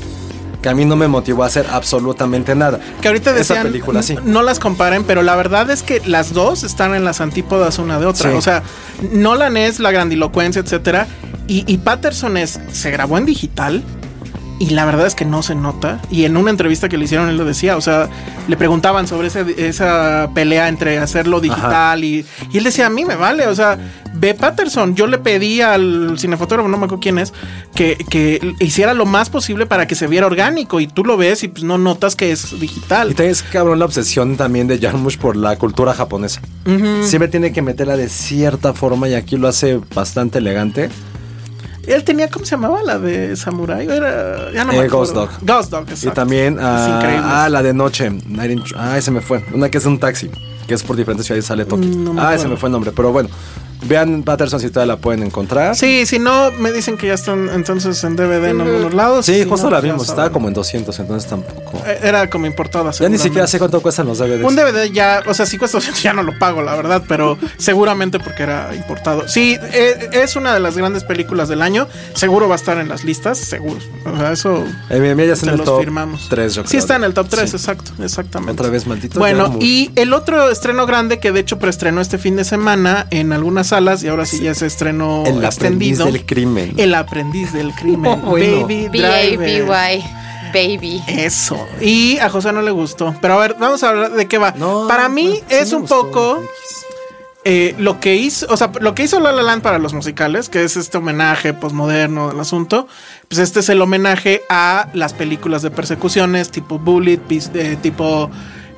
Speaker 5: que a mí no me motivó a hacer absolutamente nada.
Speaker 6: Que ahorita
Speaker 5: Esa
Speaker 6: decían,
Speaker 5: película, sí.
Speaker 6: "N- no las comparen, pero la verdad es que las dos están en las antípodas una de otra.
Speaker 5: Sí.
Speaker 6: O sea, Nolan es la grandilocuencia, etcétera, y, y Patterson es, se grabó en digital. Y la verdad es que no se nota. Y en una entrevista que le hicieron, él lo decía. O sea, le preguntaban sobre ese- esa pelea entre hacerlo digital y, y él decía: A mí me vale. O sea, ve Patterson. Yo le pedí al cinefotógrafo, no me acuerdo quién es, que, que hiciera lo más posible para que se viera orgánico. Y tú lo ves y pues no notas que es digital.
Speaker 5: Y también es cabrón la obsesión también de Jarmusch por la cultura japonesa. Siempre tiene que meterla de cierta forma y aquí lo hace bastante elegante.
Speaker 6: Él tenía, ¿cómo se llamaba? La de Samurai. Era, ya no me
Speaker 5: Eh,
Speaker 6: acuerdo.
Speaker 5: Ghost Dog.
Speaker 6: Ghost Dog, exacto.
Speaker 5: Y también
Speaker 6: Es increíble.
Speaker 5: a, ah, la de noche. Night in- Ay, se me fue. Una que es un taxi, que es por diferentes ciudades sale Tokio.
Speaker 6: Mm, no me
Speaker 5: ah,
Speaker 6: acuerdo.
Speaker 5: se me fue el nombre. Pero bueno, vean Patterson si todavía la pueden encontrar.
Speaker 6: Sí, si no, me dicen que ya están entonces en DVD en algunos lados.
Speaker 5: Sí,
Speaker 6: Si
Speaker 5: justo
Speaker 6: no,
Speaker 5: la
Speaker 6: pues ya
Speaker 5: vimos.
Speaker 6: saben.
Speaker 5: Estaba como en 200, entonces tampoco.
Speaker 6: Eh, Era como importada.
Speaker 5: ya ni
Speaker 6: seguramente.
Speaker 5: siquiera sé cuánto cuestan los DVDs.
Speaker 6: Un DVD ya, o sea, si cuesta 200 ya no lo pago, la verdad, pero seguramente porque era importado. Sí, eh, es una de las grandes películas del año. Seguro va a estar en las listas, seguro. O sea, eso
Speaker 5: Eh, mira, mira, ya está
Speaker 6: Se
Speaker 5: en el
Speaker 6: los
Speaker 5: top
Speaker 6: firmamos.
Speaker 5: 3, yo creo.
Speaker 6: Sí, está en el top 3,
Speaker 5: Sí.
Speaker 6: exacto, exactamente.
Speaker 5: Otra vez, maldito
Speaker 6: Bueno,
Speaker 5: Jarmusch.
Speaker 6: y el otro estreno grande que de hecho preestrenó este fin de semana en algunas salas y ahora sí, ya se estrenó
Speaker 5: El aprendiz
Speaker 6: extendido.
Speaker 5: del crimen.
Speaker 6: El aprendiz del crimen.
Speaker 5: Bueno.
Speaker 6: Baby Driver.
Speaker 7: B-A-B-Y. Baby.
Speaker 6: Eso. Y a José no le gustó. Pero a ver, vamos a hablar de qué va.
Speaker 5: No, pues,
Speaker 6: Para mí
Speaker 5: sí
Speaker 6: es
Speaker 5: me
Speaker 6: un
Speaker 5: gustó.
Speaker 6: poco eh, lo que hizo, o sea, lo que hizo La La Land para los musicales, que es este homenaje posmoderno del asunto, pues este es el homenaje a las películas de persecuciones tipo Bullet, pis- eh, tipo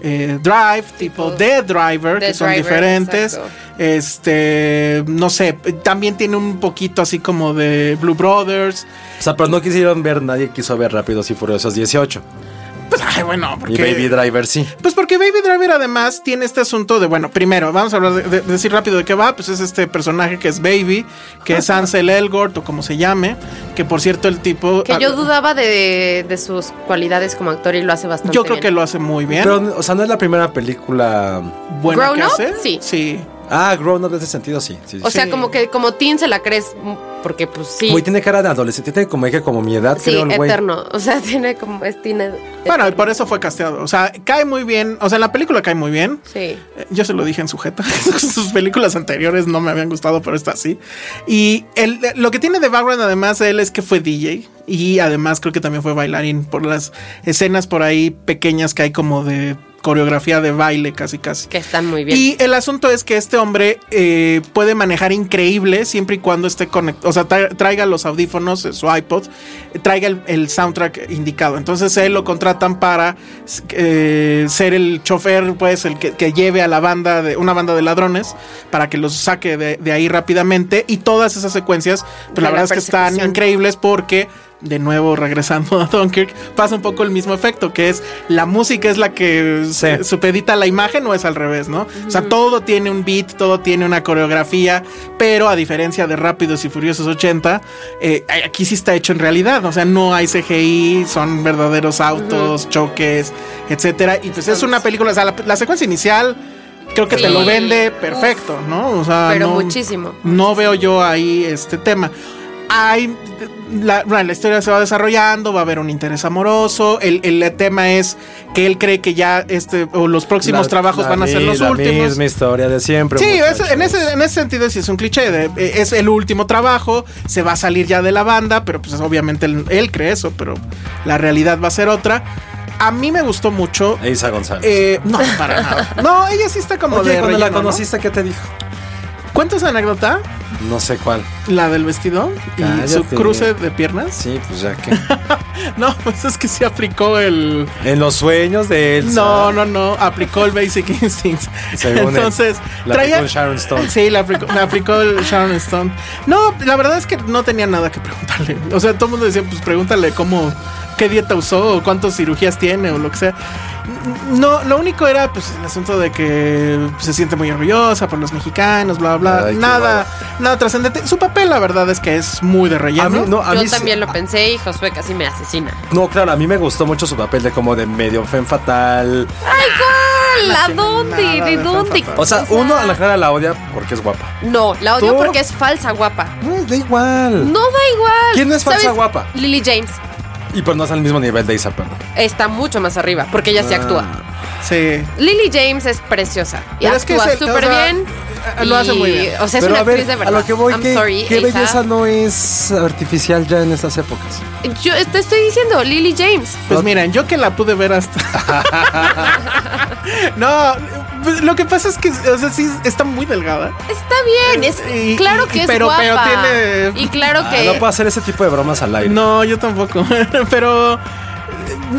Speaker 6: eh, Drive, tipo Dead Driver,
Speaker 7: Dead
Speaker 6: que son
Speaker 7: Driver,
Speaker 6: diferentes.
Speaker 7: exacto.
Speaker 6: Este, no sé, eh, también tiene un poquito así como de Blue Brothers.
Speaker 5: O sea, pero no quisieron ver, nadie quiso ver Rápidos y Furiosos 18.
Speaker 6: Pues Ay, bueno, porque.
Speaker 5: Y Baby Driver sí.
Speaker 6: Pues porque Baby Driver además tiene este asunto de, bueno, primero, vamos a hablar de, de- decir rápido de qué va, pues es este personaje que es Baby, que es Ansel Elgort o como se llame, que por cierto el tipo...
Speaker 7: Que yo dudaba de, de sus cualidades como actor y lo hace bastante
Speaker 6: Yo creo que
Speaker 7: bien.
Speaker 6: lo hace muy bien.
Speaker 5: Pero, o sea, no es la primera película.
Speaker 6: Buena
Speaker 7: ¿Grown
Speaker 6: que
Speaker 7: Up?
Speaker 6: hace.
Speaker 7: Sí.
Speaker 6: Sí.
Speaker 5: Ah, Grown Up en ese sentido, sí. sí,
Speaker 7: O
Speaker 5: sí.
Speaker 7: sea,
Speaker 6: Sí.
Speaker 7: como que como teen se la crees, mm, porque pues sí.
Speaker 5: Güey, tiene cara de adolescente, tiene como, que como mi edad,
Speaker 7: sí,
Speaker 5: creo, el güey.
Speaker 7: eterno. O sea, tiene como es teen ed-
Speaker 6: Bueno, y
Speaker 7: eterno.
Speaker 6: por eso fue casteado. O sea, cae muy bien. O sea, en la película cae muy bien.
Speaker 7: Sí.
Speaker 6: Eh, Yo se lo dije en sujeta. Sus películas anteriores no me habían gustado, pero esta sí. Y el- lo que tiene de background, además, él es que fue DJ. Y además creo que también fue bailarín por las escenas por ahí pequeñas que hay como de coreografía de baile, casi casi.
Speaker 7: Que están muy bien.
Speaker 6: Y el asunto es que este hombre eh, puede manejar increíble siempre y cuando esté conectado. O sea, tra- traiga los audífonos, eh, su iPod, eh, traiga el, el soundtrack indicado. Entonces él lo contratan para eh, ser el chofer, pues, el que, que lleve a la banda de una banda de ladrones para que los saque de, de ahí rápidamente. Y todas esas secuencias, pues
Speaker 7: De
Speaker 6: la
Speaker 7: la
Speaker 6: verdad es que están
Speaker 7: persecución.
Speaker 6: increíbles porque. De nuevo, regresando a Dunkirk, pasa un poco el mismo efecto, que es la música es la que se
Speaker 5: Sí.
Speaker 6: supedita a la imagen o es al revés, ¿no? O sea, todo tiene un beat, todo tiene una coreografía, pero a diferencia de Rápidos y Furiosos 80, eh, aquí sí está hecho en realidad, o sea, no hay CGI, son verdaderos autos, choques, etcétera, y pues es una película, o sea, la, la secuencia inicial creo que te
Speaker 7: Sí.
Speaker 6: lo vende perfecto, ¿no? O sea,
Speaker 7: Pero
Speaker 6: no-
Speaker 7: muchísimo.
Speaker 6: no veo yo ahí este tema. Hay, la, bueno, la historia se va desarrollando, va a haber un interés amoroso. El, el tema es que él cree que ya este o los próximos
Speaker 5: La-
Speaker 6: trabajos
Speaker 5: la
Speaker 6: van a ser
Speaker 5: mi-
Speaker 6: los
Speaker 5: la
Speaker 6: últimos.
Speaker 5: misma historia de siempre.
Speaker 6: Sí,
Speaker 5: muchachos.
Speaker 6: eso- en, ese, en ese sentido sí es un cliché. de, eh, es el último trabajo, se va a salir ya de la banda, pero pues obviamente él, él cree eso, pero la realidad va a ser otra. A mí me gustó mucho.
Speaker 5: E Isa González.
Speaker 6: eh, no, para nada. No, ella sí está como
Speaker 5: Oye,
Speaker 6: de
Speaker 5: cuando la
Speaker 6: relleno, ¿no?
Speaker 5: conociste, ¿qué te dijo?
Speaker 6: ¿Cuánto es la anécdota?
Speaker 5: No sé cuál.
Speaker 6: La del vestido y su
Speaker 5: Cállate.
Speaker 6: cruce de piernas.
Speaker 5: Sí, pues ya que.
Speaker 6: No, pues es que sí aplicó el.
Speaker 5: en los sueños de él.
Speaker 6: No, no, no. Aplicó el Basic Instincts.
Speaker 5: Según él.
Speaker 6: Entonces,
Speaker 5: La aplicó el Sharon Stone.
Speaker 6: Sí, la aplicó, la aplicó el Sharon Stone. No, la verdad es que no tenía nada que preguntarle. O sea, todo el mundo decía, pues pregúntale cómo, qué dieta usó, o cuántas cirugías tiene, o lo que sea. No, lo único era pues el asunto de que se siente muy orgullosa por los mexicanos, bla, bla, bla.
Speaker 5: Ay, qué
Speaker 6: nada,
Speaker 5: guapa.
Speaker 6: nada trascendente. Su papel, la verdad es que es muy de relleno.
Speaker 5: A mí, no, a
Speaker 7: Yo
Speaker 5: mí sí-
Speaker 7: también lo pensé y Josué casi me asesina.
Speaker 5: No, claro, a mí me gustó mucho su papel de como de medio fan fatal. Ah,
Speaker 7: ¿A
Speaker 6: tiene
Speaker 7: dónde?
Speaker 6: nada
Speaker 7: ¿De
Speaker 6: de
Speaker 7: dónde?
Speaker 6: fantasma.
Speaker 5: O sea, uno a la cara la odia porque es guapa.
Speaker 7: No, la odio
Speaker 5: ¿Tú?
Speaker 7: porque es falsa guapa.
Speaker 5: No,
Speaker 6: Pues,
Speaker 5: da igual.
Speaker 7: No da igual.
Speaker 5: ¿Quién no es falsa
Speaker 7: ¿Sabes?
Speaker 5: guapa?
Speaker 7: Lily James
Speaker 5: Y pues no es al mismo nivel de Isa, perdón.
Speaker 7: está mucho más arriba porque ella sí actúa.
Speaker 6: Sí.
Speaker 7: Lily James es preciosa y
Speaker 6: Pero es que
Speaker 7: actúa
Speaker 6: es el- o
Speaker 7: súper
Speaker 6: sea,
Speaker 7: bien.
Speaker 6: eh, lo hace muy
Speaker 7: y-
Speaker 6: bien.
Speaker 7: O sea, es una
Speaker 5: a ver,
Speaker 7: actriz de
Speaker 5: a
Speaker 7: verdad.
Speaker 5: lo que voy,
Speaker 7: I'm
Speaker 5: ¿qué,
Speaker 7: sorry,
Speaker 5: qué
Speaker 7: Asa.
Speaker 5: belleza no es artificial ya en estas épocas?
Speaker 7: Yo te estoy diciendo, Lily James.
Speaker 6: Pues miren, yo que la pude ver hasta. no, pues, lo que pasa es que, o sea, sí, está muy delgada.
Speaker 7: Está bien, es
Speaker 6: Y-
Speaker 7: claro
Speaker 6: y-
Speaker 7: que es
Speaker 6: pero-
Speaker 7: guapa.
Speaker 6: pero tiene-
Speaker 7: Y claro
Speaker 5: Ah,
Speaker 7: que
Speaker 5: no puedo hacer ese tipo de bromas al aire.
Speaker 6: No, yo tampoco. pero eh,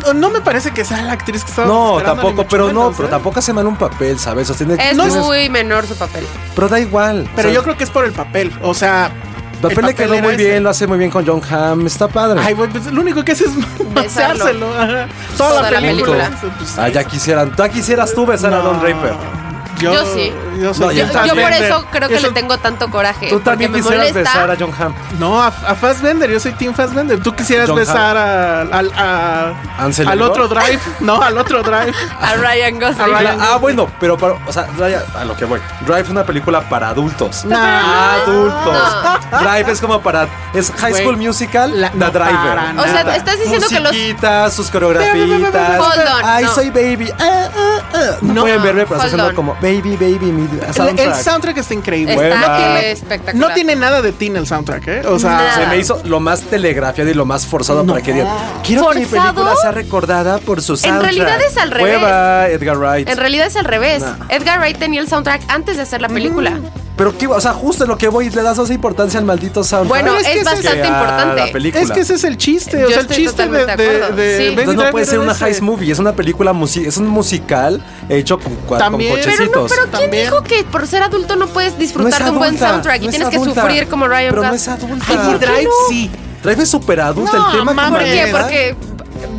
Speaker 6: no, no me parece que sea la actriz que estaba.
Speaker 5: No, tampoco, pero no,
Speaker 6: ¿eh?
Speaker 5: pero tampoco hace mal un papel, ¿sabes? O sea, tiene-
Speaker 7: es
Speaker 5: tienes-
Speaker 7: muy menor su papel.
Speaker 5: Pero da igual.
Speaker 6: Pero
Speaker 5: o sea,
Speaker 6: yo creo que es por el papel. O sea.
Speaker 5: el papel le quedó
Speaker 6: era
Speaker 5: muy
Speaker 6: ese.
Speaker 5: bien, lo hace muy bien con John Hamm, está padre.
Speaker 6: Ay, güey, pues lo único que hace es paseárselo. ajá. Toda,
Speaker 7: Toda
Speaker 6: la
Speaker 7: la
Speaker 6: película.
Speaker 7: película.
Speaker 6: Pues,
Speaker 5: Ah, ya quisieran, ya quisieras tú besar a Don Draper.
Speaker 6: Yo,
Speaker 7: Yo sí.
Speaker 6: Yo, soy
Speaker 5: No,
Speaker 7: Yo,
Speaker 5: ya
Speaker 6: John
Speaker 5: está
Speaker 7: yo por
Speaker 6: Fassbender.
Speaker 7: eso creo que
Speaker 6: Yo
Speaker 7: le
Speaker 6: soy-
Speaker 7: tengo tanto coraje.
Speaker 5: Tú también
Speaker 7: porque me
Speaker 5: quisieras
Speaker 7: molesta.
Speaker 5: besar a John Hamm.
Speaker 6: No, a, a Fassbender, yo soy Team Fassbender. Tú quisieras
Speaker 5: John
Speaker 6: besar a- al, a-
Speaker 5: Ansel
Speaker 6: al
Speaker 5: Elgort.
Speaker 6: otro drive. No, al otro drive.
Speaker 7: A Ryan Gosling.
Speaker 6: A
Speaker 5: Cla-
Speaker 6: Ryan-
Speaker 5: Ah, bueno, pero para, o sea, Drive- a lo que voy. Drive es una película para adultos.
Speaker 6: Nah.
Speaker 5: Adultos. Drive es como para es High
Speaker 6: Güey,
Speaker 5: School Musical,
Speaker 6: la-
Speaker 5: la,
Speaker 6: no
Speaker 5: Driver.
Speaker 6: para
Speaker 7: O sea,
Speaker 6: nada.
Speaker 7: estás diciendo que los
Speaker 5: Musiquitas, sus
Speaker 6: Hold
Speaker 5: coreografitas.
Speaker 7: on,
Speaker 5: Ay,
Speaker 7: no.
Speaker 5: soy baby. Ah, ah, ah. No,
Speaker 6: No,
Speaker 5: pueden verme, pero está
Speaker 7: hold
Speaker 5: haciendo
Speaker 7: on.
Speaker 5: como baby, baby, mi
Speaker 6: El, el
Speaker 5: soundtrack.
Speaker 6: soundtrack está increíble.
Speaker 7: está
Speaker 5: Hueva.
Speaker 7: espectacular.
Speaker 6: No tiene nada de teen el soundtrack, ¿eh? O sea,
Speaker 7: Nada.
Speaker 5: Se me hizo lo más telegrafiado y lo más forzado para que digan. Quiero que mi
Speaker 7: ¿Forzado?
Speaker 5: película sea recordada por su soundtrack.
Speaker 7: realidad es al revés.
Speaker 5: Hueva, Edgar Wright.
Speaker 7: En realidad es al revés.
Speaker 5: No. Mm.
Speaker 7: Edgar Wright tenía el soundtrack antes de hacer la película.
Speaker 5: Pero qué, o sea, justo en lo que voy, le das esa importancia al maldito soundtrack.
Speaker 6: Pero
Speaker 7: Bueno,
Speaker 6: es
Speaker 7: es,
Speaker 6: que ese-
Speaker 7: bastante
Speaker 5: Que a
Speaker 7: importante.
Speaker 5: la película.
Speaker 6: es que ese es el chiste.
Speaker 7: Yo
Speaker 6: o sea, el
Speaker 7: estoy
Speaker 6: chiste de,
Speaker 7: totalmente de
Speaker 6: de,
Speaker 7: acuerdo,
Speaker 6: de
Speaker 7: sí.
Speaker 6: Baby
Speaker 5: Entonces no
Speaker 6: Driver
Speaker 5: puede ser
Speaker 6: era
Speaker 5: una
Speaker 6: ese.
Speaker 5: heist movie, es una película musi- es un musical hecho con, cua- con
Speaker 6: También.
Speaker 7: Pero no,
Speaker 5: cochecitos.
Speaker 7: pero ¿quién
Speaker 6: También.
Speaker 7: dijo que por ser adulto no puedes
Speaker 5: No
Speaker 7: disfrutar
Speaker 5: es
Speaker 7: de un buen
Speaker 5: adulta,
Speaker 7: soundtrack y
Speaker 5: no es
Speaker 7: tienes que
Speaker 5: adulta.
Speaker 7: sufrir como Ryan
Speaker 5: Pero no
Speaker 7: Gosling?
Speaker 5: es
Speaker 6: Ay,
Speaker 5: adulta.
Speaker 6: Drive
Speaker 7: no?
Speaker 6: sí.
Speaker 5: Drive es super adulto,
Speaker 6: No,
Speaker 5: el tema que
Speaker 6: mames.
Speaker 7: ¿Por qué?
Speaker 5: maneja-
Speaker 7: Porque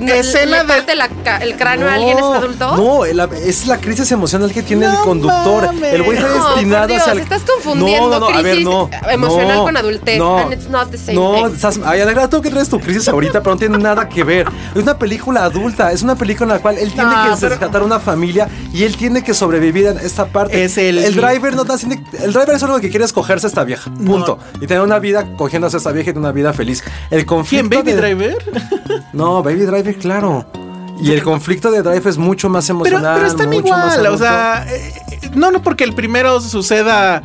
Speaker 7: le-
Speaker 6: Escena
Speaker 7: le
Speaker 6: de-
Speaker 7: parte la ca- el cráneo a alguien es adulto.
Speaker 5: No, la- es la crisis emocional que tiene
Speaker 6: No
Speaker 5: el conductor.
Speaker 6: mames.
Speaker 5: El güey está
Speaker 7: No,
Speaker 5: destinado
Speaker 7: por Dios,
Speaker 5: hacia el-
Speaker 7: estás confundiendo
Speaker 5: a ver,
Speaker 7: crisis emocional con adultez,
Speaker 5: No,
Speaker 7: and it's not the same
Speaker 5: no,
Speaker 7: thing.
Speaker 5: estás, ay, Alegra, tú que traes tu crisis ahorita, pero no tiene nada que ver. Es una película adulta, es una película en la cual él tiene
Speaker 6: No,
Speaker 5: que
Speaker 6: pero-
Speaker 5: rescatar una familia y él tiene que sobrevivir en esta parte.
Speaker 6: Es el-
Speaker 5: driver no está haciendo- el driver es lo que quiere es cogerse a esta vieja, punto. Y tener una vida cogiéndose a esta vieja y tener una vida feliz. El conflicto
Speaker 6: ¿Quién, Baby
Speaker 5: de-
Speaker 6: Driver?
Speaker 5: no, Baby Driver, claro. Y el conflicto de Drive es mucho más
Speaker 6: Pero,
Speaker 5: emocional.
Speaker 6: pero están
Speaker 5: pues, mucho más
Speaker 6: igual, o
Speaker 5: adulto.
Speaker 6: sea, eh, eh, no, no porque el primero suceda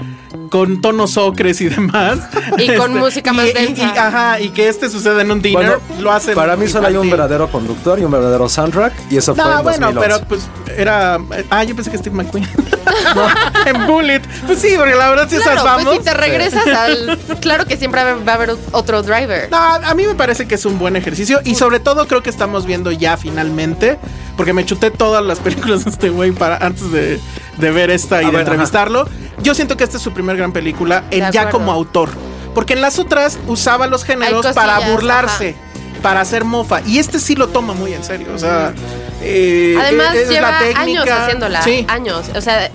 Speaker 6: con tonos ocres y demás. Este,
Speaker 7: Y con música más
Speaker 6: y- y-
Speaker 7: densa.
Speaker 6: y- ajá, y que este suceda en un dinner,
Speaker 5: Bueno,
Speaker 6: lo hacen.
Speaker 5: Para mí solo hay un
Speaker 6: infantil.
Speaker 5: verdadero conductor y un verdadero soundtrack, y eso fue
Speaker 6: No,
Speaker 5: en
Speaker 6: bueno,
Speaker 5: 2011.
Speaker 6: pero pues era. Ah, yo pensé que Steve McQueen. en Bullet. Pues sí, porque la verdad sí esas
Speaker 7: Claro,
Speaker 6: vamos.
Speaker 7: pues si te regresas al. Claro que siempre va a haber otro driver.
Speaker 6: No, a mí me parece que es un buen ejercicio y sobre todo creo que estamos viendo ya finalmente, porque me chuté todas las películas de este güey para antes de, de ver esta y
Speaker 5: A
Speaker 6: de
Speaker 5: ver,
Speaker 6: entrevistarlo. Yo siento que esta es su primer gran película en- ya
Speaker 7: acuerdo.
Speaker 6: como autor, porque en las otras usaba los géneros
Speaker 7: Hay
Speaker 6: para
Speaker 7: cosillas,
Speaker 6: burlarse. Para hacer mofa. Y este sí lo toma muy en serio. O sea. eh,
Speaker 7: Además,
Speaker 6: es- es la
Speaker 7: lleva
Speaker 6: técnica.
Speaker 7: años haciéndola.
Speaker 6: Sí.
Speaker 7: Años. O sea,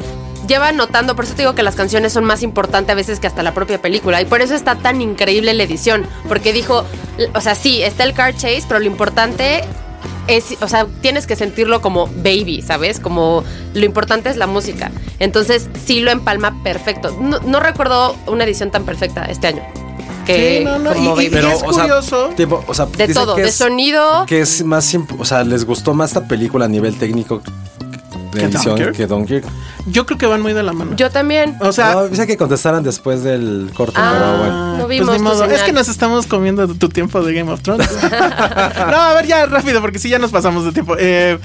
Speaker 7: lleva notando. Por eso te digo que las canciones son más importantes a veces que hasta la propia película. Y por eso está tan increíble la edición. Porque dijo, l- o sea, sí, está el car chase, pero lo importante. Es, o sea, tienes que sentirlo como baby, ¿sabes? Como lo importante es la música. Entonces, sí lo empalma perfecto. No, no recuerdo una edición tan perfecta este año. Que
Speaker 6: Sí, no, no,
Speaker 7: como
Speaker 6: y- y-
Speaker 7: baby.
Speaker 6: es curioso.
Speaker 5: Sea, tipo, o sea,
Speaker 7: De
Speaker 5: dice
Speaker 7: todo,
Speaker 5: que
Speaker 7: de
Speaker 5: es-
Speaker 7: sonido.
Speaker 5: Que es más. imp- O sea, les gustó más esta película a nivel técnico de
Speaker 6: ¿Que
Speaker 5: edición
Speaker 6: Dunkirk?
Speaker 5: que Dunkirk.
Speaker 6: Yo creo que van muy de la mano.
Speaker 7: Yo también.
Speaker 6: o sea,
Speaker 5: no, dice que contestaran después del corte, pero bueno.
Speaker 7: Ah, no
Speaker 6: Pues
Speaker 7: vimos
Speaker 6: ni
Speaker 7: tu
Speaker 6: modo. Es
Speaker 7: señal.
Speaker 6: que nos estamos comiendo tu tiempo de Game of Thrones. no, a ver, ya rápido, porque sí, ya nos pasamos de tiempo. Eh,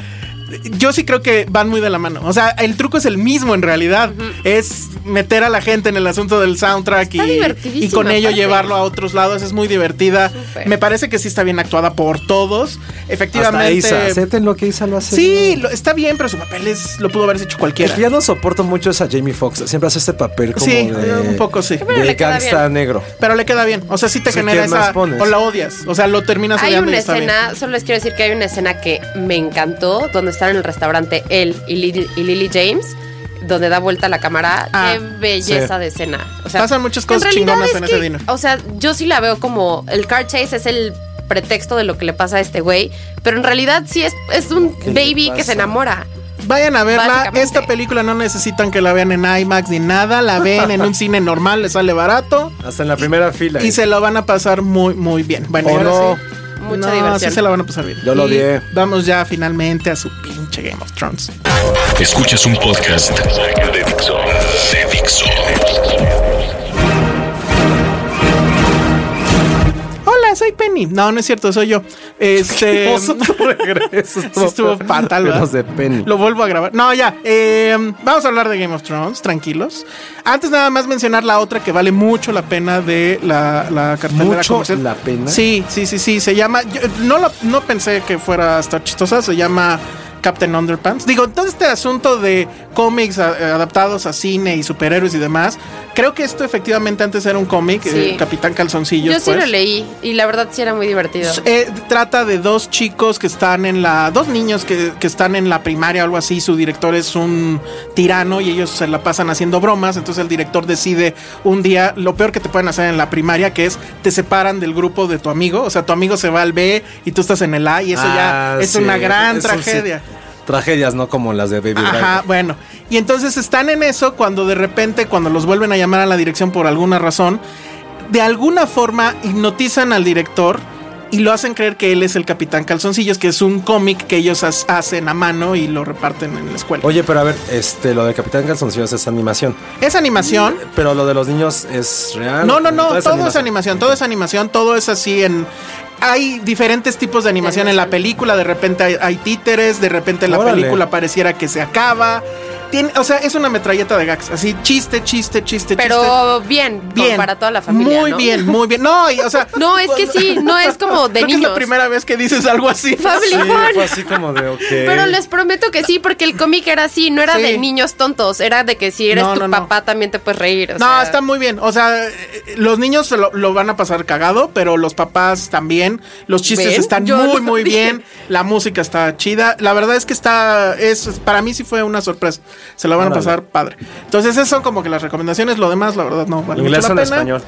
Speaker 6: yo sí creo que van muy de la mano. O sea, el truco es el mismo en realidad. Es meter a la gente en el asunto del soundtrack y,
Speaker 7: Está divertidísima,
Speaker 6: y con ello
Speaker 7: aparte.
Speaker 6: llevarlo a otros lados. Es muy divertida.
Speaker 7: Súper.
Speaker 6: Me parece que sí está bien actuada por todos.
Speaker 5: Hasta ¿eh?
Speaker 6: Efectivamente.
Speaker 5: Isa. Acepten lo que Isa lo hace.
Speaker 6: sí,
Speaker 5: bien.
Speaker 6: lo- está bien, pero su papel es, lo pudo haber hecho
Speaker 5: Es
Speaker 6: cualquiera.
Speaker 5: que ya no soporto mucho esa Jamie Foxx. Siempre hace este papel como
Speaker 6: Sí, eh,
Speaker 5: de.
Speaker 6: un poco sí.
Speaker 7: Pero
Speaker 5: De
Speaker 7: le queda
Speaker 5: gangsta
Speaker 7: bien.
Speaker 5: negro.
Speaker 6: Pero le queda bien. O sea, sí te
Speaker 5: Sí,
Speaker 6: genera
Speaker 5: ¿quién más
Speaker 6: esa.
Speaker 5: pones?
Speaker 6: O la odias. O sea, lo terminas
Speaker 7: Hay
Speaker 6: odiando
Speaker 7: una
Speaker 6: y está bien.
Speaker 7: escena, solo les quiero decir que hay una escena que me encantó, donde están en el restaurante él y Lily, y Lily James, donde da vuelta la cámara.
Speaker 6: Ah,
Speaker 7: Qué belleza
Speaker 5: sí.
Speaker 7: de escena. O
Speaker 6: Pasan muchas cosas
Speaker 7: realidad
Speaker 6: chingonas
Speaker 7: es
Speaker 6: en
Speaker 7: que,
Speaker 6: ese dinner.
Speaker 7: O sea, yo sí la veo como el car chase es el pretexto de lo que le pasa a este güey, pero en realidad sí es, es un
Speaker 5: ¿Qué le
Speaker 7: baby que
Speaker 5: pasa?
Speaker 7: se enamora.
Speaker 6: Vayan a verla.
Speaker 7: Básicamente.
Speaker 6: Esta película no necesitan que la vean en IMAX ni nada. La ven en un cine normal, les sale barato.
Speaker 5: Hasta en la primera fila.
Speaker 6: Y se lo van a pasar muy, muy bien. Bueno,
Speaker 5: O
Speaker 6: y ahora
Speaker 5: no.
Speaker 6: sí.
Speaker 7: Mucha
Speaker 6: No,
Speaker 7: diversión.
Speaker 6: sí se la van a pasar bien.
Speaker 5: Yo lo
Speaker 6: Y
Speaker 5: odié.
Speaker 6: Vamos ya finalmente a su pinche Game of Thrones.
Speaker 3: Escuchas un podcast de Dixo. De Dixo.
Speaker 6: Hola, soy Penny. No, no es cierto, soy yo. Este.
Speaker 5: Oso, tu regreso.
Speaker 6: Sí estuvo fatal, ¿verdad?
Speaker 5: Menos de Penny.
Speaker 6: Lo vuelvo a grabar. No, ya. eh, vamos a hablar de Game of Thrones, tranquilos. Antes nada más mencionar la otra que vale mucho la pena de la, la cartelera
Speaker 5: ¿Mucho
Speaker 6: comercial.
Speaker 5: la pena?
Speaker 6: Sí, sí, sí, sí. Se llama... yo, eh, no, lo- no pensé que fuera hasta chistosa. Se llama... Captain Underpants. Digo, todo este asunto de cómics a- eh, adaptados a cine y superhéroes y demás, creo que esto efectivamente antes era un cómic,
Speaker 7: Sí.
Speaker 6: eh, Capitán
Speaker 7: Yo,
Speaker 6: Calzoncillos.
Speaker 7: sí
Speaker 6: pues.
Speaker 7: lo leí y la verdad sí era muy divertido.
Speaker 6: Eh, trata de dos chicos que están en la. dos niños que, que están en la primaria o algo así. Su director es un tirano y ellos se la pasan haciendo bromas. Entonces el director decide un día lo peor que te pueden hacer en la primaria, que es te separan del grupo de tu amigo. O sea, tu amigo se va al B y tú estás en el A y eso
Speaker 5: Ah,
Speaker 6: ya es
Speaker 5: sí,
Speaker 6: una gran
Speaker 5: eso sí.
Speaker 6: tragedia.
Speaker 5: Tragedias, no como las de Baby
Speaker 6: Ajá,
Speaker 5: Driver.
Speaker 6: bueno. Y entonces están en eso cuando de repente, cuando los vuelven a llamar a la dirección por alguna razón, de alguna forma hipnotizan al director y lo hacen creer que él es el Capitán Calzoncillos, que es un cómic que ellos has- hacen a mano y lo reparten en la escuela.
Speaker 5: Oye, pero a ver, este, lo de Capitán Calzoncillos es animación.
Speaker 6: es animación.
Speaker 5: Pero lo de los niños es real.
Speaker 6: No, no, no,
Speaker 5: Todo
Speaker 6: todo
Speaker 5: es
Speaker 6: es animación, todo es animación, todo es así en... Hay diferentes tipos de animación en la película, de repente hay, hay títeres, de repente la
Speaker 5: Órale.
Speaker 6: película pareciera que se acaba. Tiene, o sea, es una metralleta de gags. Así, chiste, chiste, chiste, chiste.
Speaker 7: Pero bien, bien. para toda la familia.
Speaker 6: Muy
Speaker 7: ¿no?
Speaker 6: bien, muy bien. No, y, o sea.
Speaker 7: No, es que sí, no es como de
Speaker 6: Creo que es la
Speaker 7: niños.
Speaker 6: primera vez que dices algo así.
Speaker 7: Family
Speaker 5: Sí,
Speaker 7: fun.
Speaker 5: fue así como de, ok.
Speaker 7: Pero les prometo que sí, porque el cómic era así, no era
Speaker 6: Sí.
Speaker 7: de niños tontos, era de que si eres
Speaker 6: No,
Speaker 7: tu
Speaker 6: no, no.
Speaker 7: papá también te puedes reír. o
Speaker 6: No,
Speaker 7: sea.
Speaker 6: está muy bien. O sea, eh, los niños se lo, lo van a pasar cagado, pero los papás también. Los chistes
Speaker 7: ¿Ven?
Speaker 6: están
Speaker 7: Yo
Speaker 6: muy,
Speaker 7: no
Speaker 6: muy
Speaker 7: dije.
Speaker 6: bien. La música está chida. La verdad es que está. Es, para mí sí fue una sorpresa. Se la van a
Speaker 5: Ándale.
Speaker 6: pasar padre. Entonces, esas son como que las recomendaciones. Lo demás, la verdad, no vale
Speaker 5: inglés
Speaker 6: mucho
Speaker 5: o en
Speaker 6: la pena.
Speaker 5: español.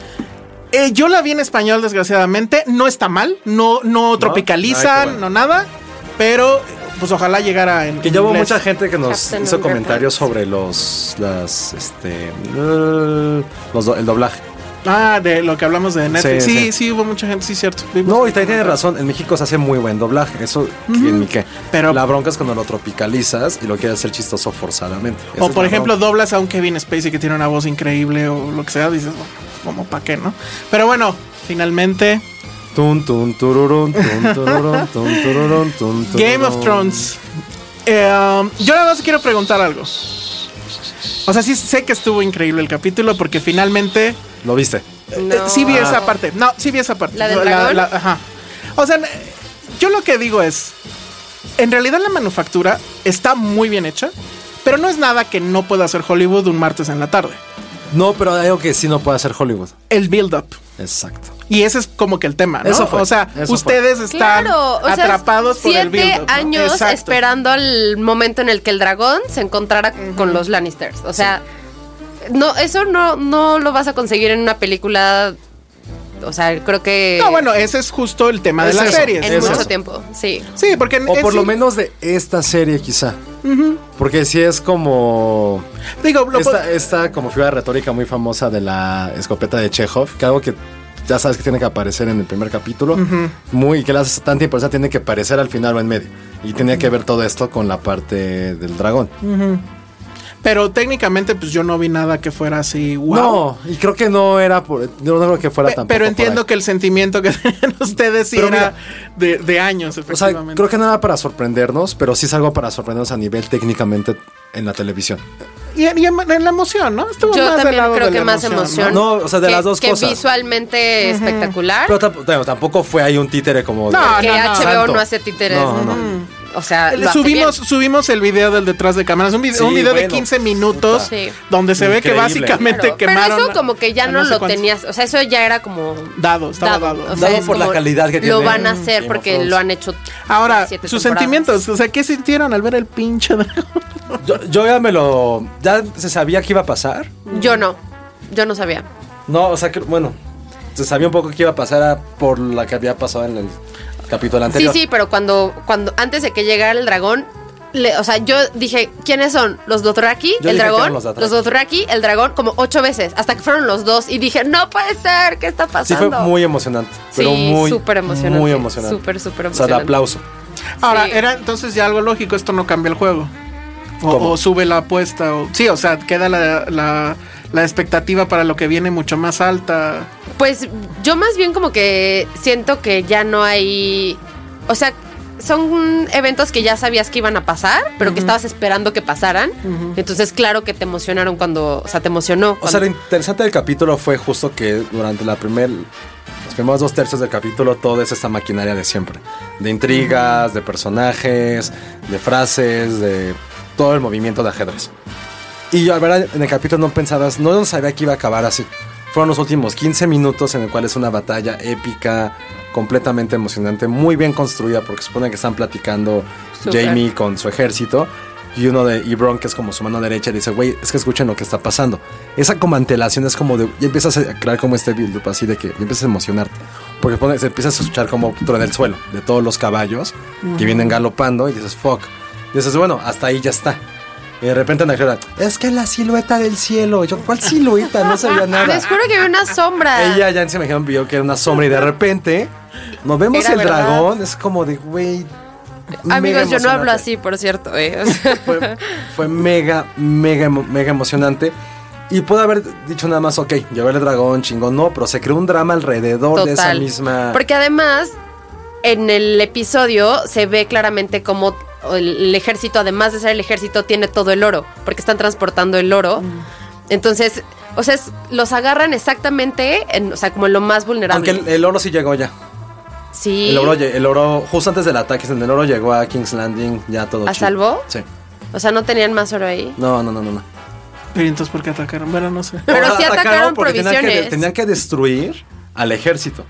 Speaker 6: Eh, yo la vi en español, desgraciadamente. No está mal. No, no
Speaker 5: Ay,
Speaker 6: tropicaliza,
Speaker 5: qué bueno.
Speaker 6: no nada. Pero, pues ojalá llegara en.
Speaker 5: Que ya hubo
Speaker 6: inglés.
Speaker 5: mucha gente que nos
Speaker 7: Captain
Speaker 5: hizo
Speaker 7: Underpants.
Speaker 5: comentarios sobre los. Las. Este. eh, los do- el doblaje.
Speaker 6: Ah, de lo que hablamos de Netflix. Sí,
Speaker 5: Sí,
Speaker 6: sí,
Speaker 5: sí.
Speaker 6: hubo mucha gente, sí, cierto.
Speaker 5: No, y también tiene razón. En México se hace muy buen doblaje. Eso. en mi que-
Speaker 6: Pero-
Speaker 5: La bronca es cuando lo tropicalizas y lo quieres hacer chistoso forzadamente. Esa
Speaker 6: O
Speaker 5: es
Speaker 6: por
Speaker 5: la
Speaker 6: ejemplo,
Speaker 5: bronca.
Speaker 6: doblas a un Kevin Spacey que tiene una voz increíble o lo que sea, dices, bueno, como pa' qué, ¿no? Pero bueno, finalmente,
Speaker 5: Tun, tun, tururun, tun, tururun, tun, tururun, tun,
Speaker 6: Game of
Speaker 5: tururun.
Speaker 6: Thrones. Eh, um, yo nada más quiero preguntar algo. O sea, sí sé que estuvo increíble el capítulo porque finalmente
Speaker 5: Lo viste.
Speaker 6: Eh,
Speaker 7: No.
Speaker 6: sí vi esa parte. No, sí vi esa parte.
Speaker 7: ¿La del dragón?
Speaker 6: ajá. O sea, n- yo lo que digo es, en realidad la manufactura está muy bien hecha, pero no es nada que no pueda hacer Hollywood un martes en la tarde.
Speaker 5: No, pero hay algo que sí no puede hacer Hollywood.
Speaker 6: El build-up.
Speaker 5: Exacto.
Speaker 6: Y ese es como que el tema, ¿no?
Speaker 5: Eso fue,
Speaker 6: o sea,
Speaker 5: eso fue.
Speaker 6: ustedes están
Speaker 7: Claro, o sea,
Speaker 6: atrapados por el
Speaker 7: siete
Speaker 6: build-up. ¿no?
Speaker 7: años
Speaker 6: Exacto.
Speaker 7: esperando el momento en el que el dragón se encontrara con los Lannisters. O sea, no, eso no, no lo vas a conseguir en una película. O sea, creo que
Speaker 6: No, bueno, ese es justo el tema
Speaker 5: Es
Speaker 6: de las
Speaker 5: eso,
Speaker 6: series.
Speaker 7: en
Speaker 5: es
Speaker 6: ¿no?
Speaker 7: mucho
Speaker 5: eso.
Speaker 7: tiempo. Sí.
Speaker 6: Sí, porque en-
Speaker 5: O
Speaker 6: en
Speaker 5: por lo
Speaker 6: sí-
Speaker 5: menos de esta serie, quizá. Porque sí es como.
Speaker 6: digo, lo-
Speaker 5: Esta, esta como figura retórica muy famosa de la escopeta de Chekhov, que algo que ya sabes que tiene que aparecer en el primer capítulo, muy que la hace tan importante, tiene que aparecer al final o en medio. Y tenía que ver todo esto con la parte del dragón.
Speaker 6: Mm. pero técnicamente pues yo no vi nada que fuera así, wow.
Speaker 5: No, y creo que no era por. No, no creo que fuera
Speaker 6: Pe-
Speaker 5: tampoco.
Speaker 6: pero
Speaker 5: por
Speaker 6: entiendo
Speaker 5: ahí.
Speaker 6: que el sentimiento que tenían ustedes sí
Speaker 5: Pero
Speaker 6: era de, de años,
Speaker 5: O sea,
Speaker 6: efectivamente.
Speaker 5: creo que no era para sorprendernos, pero sí es algo para sorprendernos a nivel técnicamente en la televisión.
Speaker 6: y, en- y en, en la emoción, ¿no? Estuvo
Speaker 7: Yo
Speaker 6: más del
Speaker 7: también
Speaker 6: lado
Speaker 7: creo
Speaker 6: de
Speaker 7: que
Speaker 6: la
Speaker 7: más emoción.
Speaker 6: ¿no?
Speaker 5: ¿no? No, o sea, de
Speaker 7: que-
Speaker 5: las dos
Speaker 7: que
Speaker 5: cosas.
Speaker 7: visualmente espectacular.
Speaker 5: Pero tamp- bueno, tampoco fue ahí un títere como. de-
Speaker 6: No,
Speaker 7: que
Speaker 6: no,
Speaker 7: HBO
Speaker 5: santo.
Speaker 7: no hace títeres. Mm.
Speaker 5: No, no.
Speaker 7: O sea,
Speaker 6: Le
Speaker 7: lo hace
Speaker 6: subimos,
Speaker 7: bien.
Speaker 6: subimos el video del detrás de cámaras, un video,
Speaker 5: Sí,
Speaker 6: un video de
Speaker 5: bueno,
Speaker 6: 15 minutos
Speaker 7: puta. Sí.
Speaker 6: donde se ve que
Speaker 5: Increíble.
Speaker 6: básicamente
Speaker 7: Claro,
Speaker 6: quemaron.
Speaker 7: Pero eso como que ya
Speaker 6: a
Speaker 7: no,
Speaker 6: sé
Speaker 7: lo
Speaker 6: cuántos.
Speaker 7: tenías, o sea, eso ya era como
Speaker 6: Dado, estaba dado.
Speaker 7: o sea,
Speaker 5: Dado
Speaker 7: es
Speaker 5: por la
Speaker 7: como
Speaker 5: calidad que
Speaker 7: Lo
Speaker 5: tiene
Speaker 7: van a hacer
Speaker 5: Game of
Speaker 7: porque
Speaker 5: Thrones.
Speaker 7: lo han hecho.
Speaker 6: Ahora,
Speaker 7: siete
Speaker 6: sus
Speaker 7: temporadas.
Speaker 6: sentimientos, o sea, ¿qué sintieron al ver el pinche dragón?
Speaker 5: Yo, yo ya me lo. Ya se sabía que iba a pasar.
Speaker 7: Yo no. Yo no sabía.
Speaker 5: No, o sea que, bueno, se sabía un poco que iba a pasar a- por la que había pasado en el capítulo
Speaker 7: Sí,
Speaker 5: anterior.
Speaker 7: sí, pero cuando cuando antes de que llegara el dragón le- o sea, yo dije, ¿quiénes son? ¿Los Dothraki?
Speaker 5: Yo dije
Speaker 7: ¿El
Speaker 5: que
Speaker 7: dragón?
Speaker 5: eran los Dothraki.
Speaker 7: Dothraki, el dragón, como ocho veces, hasta que fueron los dos. Y dije, no puede ser, ¿qué está
Speaker 5: Sí,
Speaker 7: pasando?
Speaker 5: fue muy emocionante. Pero
Speaker 7: Sí,
Speaker 5: muy.
Speaker 7: súper emocionante,
Speaker 5: Muy emocionante.
Speaker 7: súper, súper
Speaker 5: O sea, de
Speaker 7: emocionante.
Speaker 5: aplauso.
Speaker 6: Ahora,
Speaker 7: Sí.
Speaker 6: era entonces ya algo lógico, esto no cambia el juego. O,
Speaker 5: ¿Cómo?
Speaker 6: o sube la apuesta, o sí, o sea, queda la, la- la expectativa para lo que viene mucho más alta.
Speaker 7: Pues yo más bien como que siento que ya no hay. O sea, son eventos que ya sabías que iban a pasar, pero que estabas esperando que pasaran. Entonces, claro que te emocionaron cuando. O sea, te emocionó.
Speaker 5: O sea,
Speaker 7: cuando-
Speaker 5: lo interesante del capítulo fue justo que durante la primer, los primeros dos tercios del capítulo todo es esta maquinaria de siempre. De intrigas, de personajes, de frases, de todo el movimiento de ajedrez. Y yo al ver en el capítulo no pensabas, no sabía que iba a acabar así. Fueron los últimos 15 minutos en el cual es una batalla épica, completamente emocionante, muy bien construida porque supone que están platicando
Speaker 7: Súper.
Speaker 5: Jamie con su ejército. Y uno de Ebron, que es como su mano derecha, dice, güey, es que escuchen lo que está pasando. Esa como antelación es como de... Y empiezas a crear como este build-up así de que ya empiezas a emocionarte. Porque pone- se empiezas a escuchar como en el suelo de todos los caballos que vienen galopando y dices, fuck. Y dices, bueno, hasta ahí ya está. Y de repente en la carrera, es que la silueta del cielo. Yo, ¿cuál silueta? No sabía nada.
Speaker 7: Les juro que vi una sombra.
Speaker 5: Ella ya en Semejón vio que era una sombra y de repente nos vemos
Speaker 7: Era
Speaker 5: el
Speaker 7: verdad.
Speaker 5: dragón. Es como de, güey. mega
Speaker 7: Amigos, yo no
Speaker 5: emocionante.
Speaker 7: hablo así, por cierto. eh, o sea.
Speaker 5: Fue, fue mega, mega, emo- mega emocionante. Y puedo haber dicho nada más, ok, llevar el dragón, chingón, no, pero se creó un drama alrededor de esa misma.
Speaker 7: Porque además, en el episodio se ve claramente como o el, el ejército, además de ser el ejército, tiene todo el oro, porque están transportando el oro.
Speaker 5: Mm.
Speaker 7: Entonces, o sea, es- los agarran exactamente, en, o sea, como en lo más vulnerable.
Speaker 5: Aunque el, el oro sí llegó ya.
Speaker 7: sí.
Speaker 5: El oro, lle- el oro, justo antes del ataque, el oro llegó a King's Landing, ya todo.
Speaker 7: ¿A
Speaker 5: chido.
Speaker 7: salvo?
Speaker 5: Sí.
Speaker 7: O sea, no tenían más oro ahí.
Speaker 5: No, no, no, no. no.
Speaker 6: Pero entonces, ¿por qué atacaron? Bueno, no sé.
Speaker 7: Pero
Speaker 5: Ahora
Speaker 7: sí atacaron
Speaker 5: porque tenían que-
Speaker 7: provisiones.
Speaker 5: Tenían que, destruir al ejército.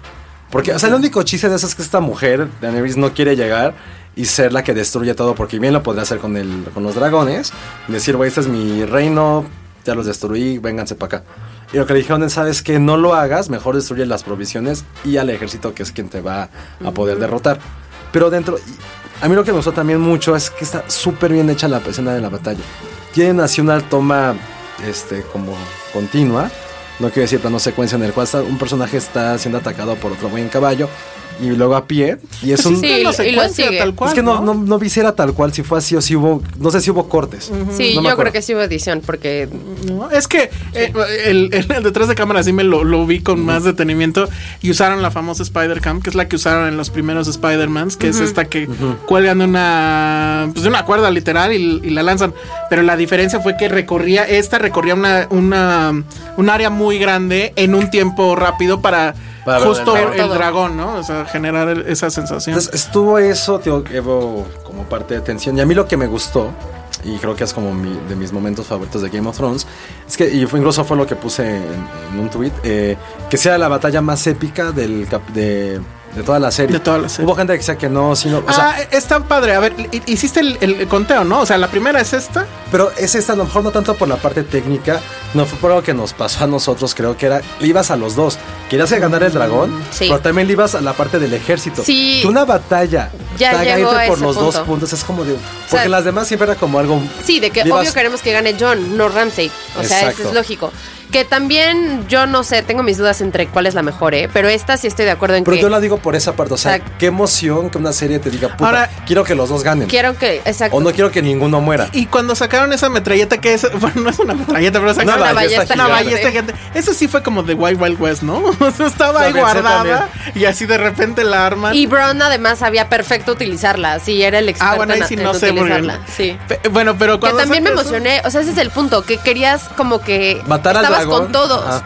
Speaker 5: Porque, o sea, el único chiste de eso es que esta mujer, Daenerys, no quiere llegar y ser la que destruye todo, porque bien lo podría hacer con, el, con los dragones. y decir, güey, este es mi reino, ya los destruí, vénganse para acá. Y lo que le dijeron es, ¿sabes que No lo hagas, mejor destruye las provisiones y al ejército, que es quien te va a poder derrotar. Pero dentro, y a mí lo que me gustó también mucho es que está súper bien hecha la escena de la batalla. Tienen así una toma este, como continua. No quiero decir plano secuencia en el cual está- un personaje está siendo atacado por otro güey en caballo y luego a pie. Y es un.
Speaker 7: Sí, y lo sigue.
Speaker 5: es que no, no, no vi si era tal cual, si fue así o si hubo. No sé si hubo cortes.
Speaker 7: Sí,
Speaker 5: No me
Speaker 7: yo
Speaker 5: acuerdo.
Speaker 7: creo que sí hubo edición, porque
Speaker 6: No, es que eh, el, el- el detrás de cámara sí me lo, lo vi con más detenimiento y usaron la famosa Spider-Cam, que es la que usaron en los primeros Spider-Mans, que es esta que cuelgan de una, pues de una cuerda literal y, y la lanzan. Pero la diferencia fue que recorría, esta recorría una, una, un área muy grande en un tiempo rápido para,
Speaker 5: Para ver
Speaker 6: justo
Speaker 5: el-
Speaker 6: el,
Speaker 7: todo.
Speaker 6: dragón, ¿no? O sea, generar el- esa sensación.
Speaker 5: Entonces estuvo eso, tío, que hubo como parte de tensión. Y a mí lo que me gustó, y creo que es como mi- de mis momentos favoritos de Game of Thrones, es que, y fue, incluso fue lo que puse en, en un tweet, eh, que sea la batalla más épica del, cap- de, de toda la serie.
Speaker 6: De toda la serie.
Speaker 5: Hubo gente que decía que no, sino. O sea,
Speaker 6: ah, está padre. A ver, hi- hiciste el, el conteo, ¿no? O sea, la primera es esta.
Speaker 5: Pero es esta, a lo mejor no tanto por la parte técnica, no fue por algo que nos pasó a nosotros, creo que era, le ibas a los dos. Querías que ganara el dragón,
Speaker 7: Mm, Sí.
Speaker 5: pero también le ibas a la parte del ejército.
Speaker 7: Sí.
Speaker 5: Que una batalla
Speaker 7: Ya
Speaker 5: te haga
Speaker 7: llegó
Speaker 5: irte
Speaker 7: a
Speaker 5: por
Speaker 7: ese
Speaker 5: los dos
Speaker 7: punto.
Speaker 5: puntos es como de. Porque
Speaker 7: sea,
Speaker 5: las demás siempre era como algo.
Speaker 7: Sí, de que
Speaker 5: le ibas-
Speaker 7: obvio queremos que gane John, no Ramsey. O sea, eso
Speaker 5: Exacto.
Speaker 7: es lógico. Que también yo no sé, tengo mis dudas entre cuál es la mejor, ¿eh? Pero esta sí estoy de acuerdo en
Speaker 5: Pero
Speaker 7: que
Speaker 5: yo la digo por esa parte, o sea,
Speaker 7: Exacto.
Speaker 5: qué emoción que una serie te diga, puta,
Speaker 6: Ahora-
Speaker 5: quiero que los dos ganen.
Speaker 7: quiero que. Exacto.
Speaker 5: O no quiero que ninguno muera.
Speaker 6: Y cuando sacaron esa metralleta que es, bueno, no es una metralleta, pero sacaron
Speaker 5: Una
Speaker 6: una
Speaker 5: ballesta
Speaker 6: ballesta, una
Speaker 5: gigante.
Speaker 7: este
Speaker 6: ballesta gigante. Eso sí fue como de Wild Wild West, ¿no? O sea, estaba ahí
Speaker 5: Lo pensé
Speaker 6: guardada y así de repente la arman.
Speaker 7: Y Brown además sabía perfecto utilizarla. Sí, era el experto
Speaker 6: ah, bueno, ahí
Speaker 7: en,
Speaker 6: sí
Speaker 7: en
Speaker 6: no sé porque-
Speaker 7: utilizarla. Sí.
Speaker 6: Pe- bueno, pero
Speaker 7: Que
Speaker 6: cuando
Speaker 7: también me
Speaker 6: saca eso-
Speaker 7: emocioné, o sea, ese es el punto, que querías como que
Speaker 5: Matar al
Speaker 7: estabas
Speaker 5: dragón.
Speaker 7: con todos.
Speaker 5: Ajá.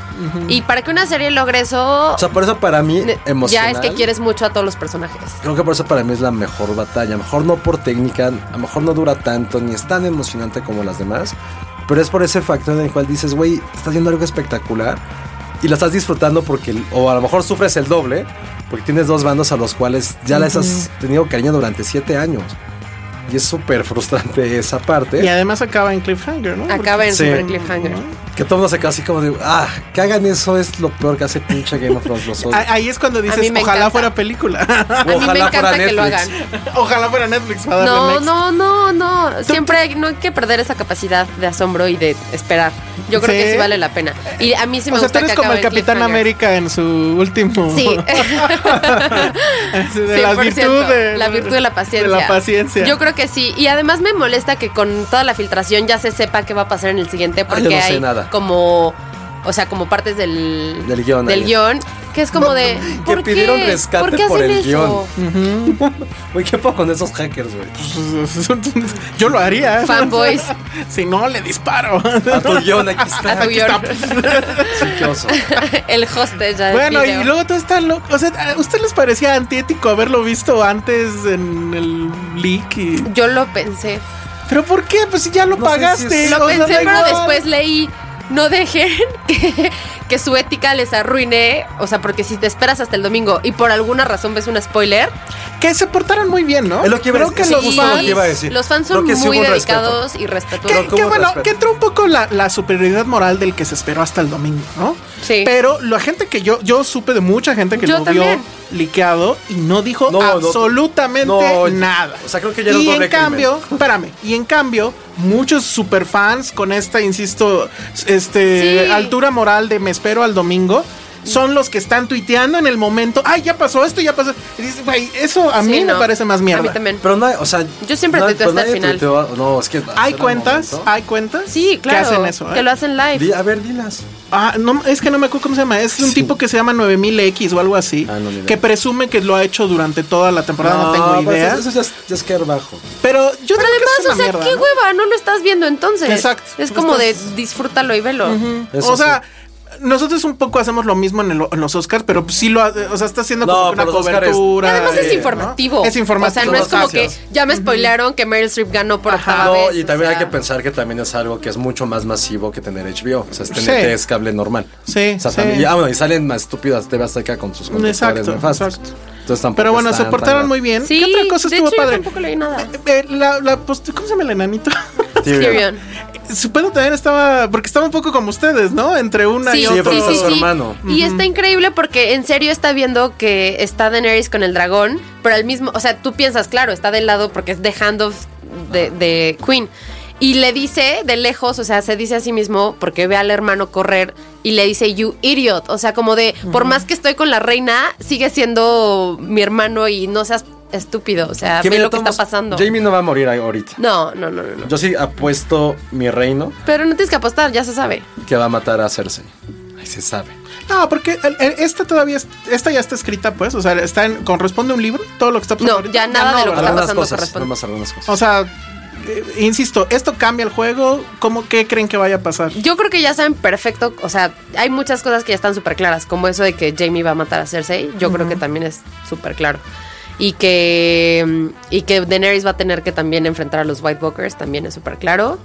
Speaker 7: Y para que una serie logre eso,
Speaker 5: O sea, por eso para mí,
Speaker 7: ne- ya
Speaker 5: emocional.
Speaker 7: es que quieres mucho a todos los personajes.
Speaker 5: Creo que por eso para mí es la mejor batalla. A lo mejor no por técnica, a lo mejor no dura tanto, ni es tan emocionante como las demás. Pero es por ese factor en el cual dices, güey, estás haciendo algo espectacular y la estás disfrutando porque, o a lo mejor sufres el doble, porque tienes dos bandos a los cuales ya les has tenido cariño durante siete años. Y es súper frustrante esa parte.
Speaker 6: Y además acaba en Cliffhanger, ¿no?
Speaker 7: Acaba en
Speaker 5: Sí.
Speaker 7: Super Cliffhanger.
Speaker 5: Que todo el mundo se queda así como de, ah, que hagan eso es lo peor que hace pinche Game of Thrones. los
Speaker 6: Porque-
Speaker 5: odio".
Speaker 6: Ah, Ahí es cuando dices,
Speaker 7: mí me
Speaker 6: ojalá
Speaker 7: encanta.
Speaker 6: fuera película.
Speaker 7: A mí me
Speaker 5: Ojalá
Speaker 7: encanta
Speaker 5: fuera
Speaker 7: que lo
Speaker 5: Netflix.
Speaker 7: hagan.
Speaker 6: ojalá fuera Netflix para darle
Speaker 7: No,
Speaker 6: next.
Speaker 7: no, no, no. Siempre hay, no hay que perder esa capacidad de asombro y de esperar. Yo creo que
Speaker 6: Sí.
Speaker 7: sí vale la pena. Y a mí sí me
Speaker 6: o sea, tú
Speaker 7: gusta
Speaker 6: eres
Speaker 7: que
Speaker 6: como el
Speaker 7: acabe en
Speaker 6: Capitán
Speaker 7: cliffhanger.
Speaker 6: América en su último.
Speaker 7: Sí.
Speaker 6: Así de las
Speaker 7: 100%,
Speaker 6: virtudes.
Speaker 7: La virtud de la paciencia.
Speaker 6: De la paciencia.
Speaker 7: Yo creo que sí. Y además me molesta que con toda la filtración ya se sepa qué va a pasar en el siguiente porque
Speaker 5: Ah, yo no sé
Speaker 7: hay
Speaker 5: nada.
Speaker 7: como o sea, como partes del
Speaker 5: Del guión, ahí.
Speaker 7: guión, que es como de
Speaker 5: que
Speaker 7: ¿por qué?
Speaker 5: pidieron rescate
Speaker 7: ¿Por qué
Speaker 5: por
Speaker 7: hacen
Speaker 5: el
Speaker 7: eso?
Speaker 5: Güey, ¿qué poco con esos hackers, güey?
Speaker 6: Yo lo haría. ¿eh?
Speaker 7: Fanboys.
Speaker 6: Si no, le disparo.
Speaker 5: A tu guión, aquí está.
Speaker 7: A tu guión.
Speaker 5: Sí, qué oso.
Speaker 7: el hostage. ya del
Speaker 6: Bueno,
Speaker 7: video.
Speaker 6: y luego todo está loco. O sea, ¿a usted les parecía antiético haberlo visto antes en el leak? y-
Speaker 7: yo lo pensé.
Speaker 6: ¿Pero por qué? Pues si ya lo
Speaker 5: No sé si
Speaker 6: pagaste.
Speaker 5: es-
Speaker 6: o
Speaker 7: Lo
Speaker 6: sea,
Speaker 7: pensé,
Speaker 6: da
Speaker 7: pero
Speaker 6: igual.
Speaker 7: después leí, no dejen que, que su ética les arruine, o sea, porque si te esperas hasta el domingo y por alguna razón ves un spoiler,
Speaker 6: Que se portaron muy bien, ¿no?
Speaker 5: Es lo que iba a
Speaker 6: Creo
Speaker 5: decir,
Speaker 6: que
Speaker 5: sí,
Speaker 6: los
Speaker 5: justo lo
Speaker 6: fans.
Speaker 5: que iba a decir.
Speaker 7: los fans
Speaker 5: Creo
Speaker 7: son
Speaker 5: que sí
Speaker 7: muy
Speaker 5: hubo un
Speaker 7: dedicados y
Speaker 6: Que,
Speaker 7: respetuosos.
Speaker 5: Pero ¿cómo
Speaker 6: que bueno,
Speaker 5: respeto?
Speaker 6: que entra un poco la, la superioridad moral del que se esperó hasta el domingo, ¿no?
Speaker 7: Sí.
Speaker 6: Pero la gente que yo, yo supe de mucha gente que
Speaker 7: Yo
Speaker 6: lo
Speaker 7: también.
Speaker 6: vio liqueado y no dijo
Speaker 5: No, no,
Speaker 6: absolutamente
Speaker 5: no,
Speaker 6: nada.
Speaker 5: o sea, creo que ya era un
Speaker 6: Y en
Speaker 5: doble crimen.
Speaker 6: cambio, espérame, y en cambio, muchos superfans con esta, insisto, este
Speaker 7: Sí.
Speaker 6: altura moral de me espero al domingo. Son los que están tuiteando en el momento. Ay, ya pasó esto, ya pasó. Y dices, "Güey, eso a
Speaker 7: Sí,
Speaker 6: mí
Speaker 7: no.
Speaker 6: me parece más
Speaker 7: A
Speaker 6: mierda.
Speaker 7: mí también.
Speaker 5: Pero no, o sea,
Speaker 7: Yo siempre
Speaker 5: no,
Speaker 7: tuiteo
Speaker 5: pues
Speaker 7: hasta el
Speaker 5: nadie
Speaker 7: final.
Speaker 5: tuiteó- no, es que
Speaker 6: Hay cuentas, hay cuentas.
Speaker 7: sí, claro.
Speaker 6: Que hacen eso. ¿eh?
Speaker 7: Que lo hacen live.
Speaker 5: Di- a ver, dilas.
Speaker 6: Ah, no, es que no me acuerdo cómo se llama. Es un
Speaker 5: Sí.
Speaker 6: tipo que se llama 9000X o algo así.
Speaker 5: Ah, no, ni idea. pues,
Speaker 6: que presume que lo ha hecho durante toda la temporada. No, tengo
Speaker 5: pero
Speaker 6: idea.
Speaker 5: Eso, eso ya, es, ya es caer bajo.
Speaker 6: Pero Yo digo
Speaker 7: Pero
Speaker 6: que
Speaker 7: además,
Speaker 6: es una
Speaker 7: o sea,
Speaker 6: mierda,
Speaker 7: qué
Speaker 6: ¿no?
Speaker 7: hueva, no lo estás viendo entonces.
Speaker 6: Exacto.
Speaker 7: Es
Speaker 6: No
Speaker 7: como
Speaker 6: estás-
Speaker 7: de disfrútalo y velo.
Speaker 5: Eso
Speaker 6: o sea, nosotros un poco hacemos lo mismo en, el- en los Oscars, pero pues sí lo ha- o sea, está haciendo
Speaker 5: No,
Speaker 6: como que una
Speaker 5: pero los Oscar es-
Speaker 7: Y
Speaker 6: cobertura.
Speaker 7: además es
Speaker 6: eh,
Speaker 7: informativo.
Speaker 6: ¿no? Es informativo.
Speaker 7: O sea, no es como que
Speaker 5: Gracias.
Speaker 7: ya me spoilearon que Meryl Streep ganó por
Speaker 6: Ajá.
Speaker 7: octava
Speaker 5: No,
Speaker 7: vez.
Speaker 5: y
Speaker 7: o
Speaker 5: también hay
Speaker 7: sea.
Speaker 5: que pensar que también es algo que es mucho más masivo que tener HBO. O sea, es
Speaker 6: Sí.
Speaker 5: TNT es cable normal.
Speaker 6: Sí,
Speaker 5: O sea,
Speaker 6: sí.
Speaker 5: también- y, ah, bueno, y salen más estúpidas TV Azteca con sus conductores
Speaker 6: Exacto,
Speaker 5: nefastos.
Speaker 6: exacto.
Speaker 5: Entonces tampoco
Speaker 6: Pero bueno,
Speaker 5: están
Speaker 6: se portaron
Speaker 5: tan-
Speaker 6: muy bien.
Speaker 7: Sí,
Speaker 6: ¿Qué otra cosa
Speaker 7: de
Speaker 6: estuvo
Speaker 7: hecho, yo
Speaker 6: padre?
Speaker 7: tampoco leí nada.
Speaker 6: Eh, eh, la, la post- ¿Cómo se llama el enanito?
Speaker 5: Tyrion.
Speaker 7: Tyrion.
Speaker 6: Su pedo también estaba. Porque estaba un poco como ustedes, ¿no? Entre una y
Speaker 7: Sí,
Speaker 5: pero
Speaker 6: otra.
Speaker 7: sí,
Speaker 5: está
Speaker 7: sí,
Speaker 5: su
Speaker 7: sí.
Speaker 5: hermano.
Speaker 7: Y está increíble porque en serio está viendo que está Daenerys con el dragón, pero al mismo, o sea, tú piensas, claro, está del lado porque es de Hand of de, de Queen. Y le dice de lejos, o sea, se dice a sí mismo porque ve al hermano correr y le dice, you idiot. O sea, como de, por más que estoy con la reina, sigue siendo mi hermano y no seas estúpido. O sea,
Speaker 5: ¿Qué
Speaker 7: ve lo
Speaker 5: mira,
Speaker 7: que está
Speaker 5: Thomas?
Speaker 7: pasando.
Speaker 5: Jamie no va a morir ahí ahorita.
Speaker 7: No, no, no, no, no.
Speaker 5: Yo sí apuesto mi reino
Speaker 7: Pero no tienes que apostar, ya se sabe.
Speaker 5: que va a matar a Cersei. Ahí se sabe.
Speaker 6: No, porque el- el- esta todavía. es- Esta ya está escrita, pues. O sea, está en- corresponde a un libro. Todo lo que está pasando.
Speaker 7: No,
Speaker 6: ahorita.
Speaker 7: ya nada de lo que está
Speaker 6: ¿verdad?
Speaker 5: Algunas
Speaker 7: pasando
Speaker 5: cosas,
Speaker 7: corresponde.
Speaker 5: nada más algunas cosas.
Speaker 6: O sea, eh, insisto, esto cambia el juego. ¿Cómo qué creen que vaya a pasar?
Speaker 7: Yo creo que ya saben perfecto, o sea, hay muchas cosas que ya están súper claras, como eso de que Jamie va a matar a Cersei, yo creo que también es súper claro. Y que, mm, y que Daenerys va a tener que también enfrentar a los White Walkers, también es súper claro.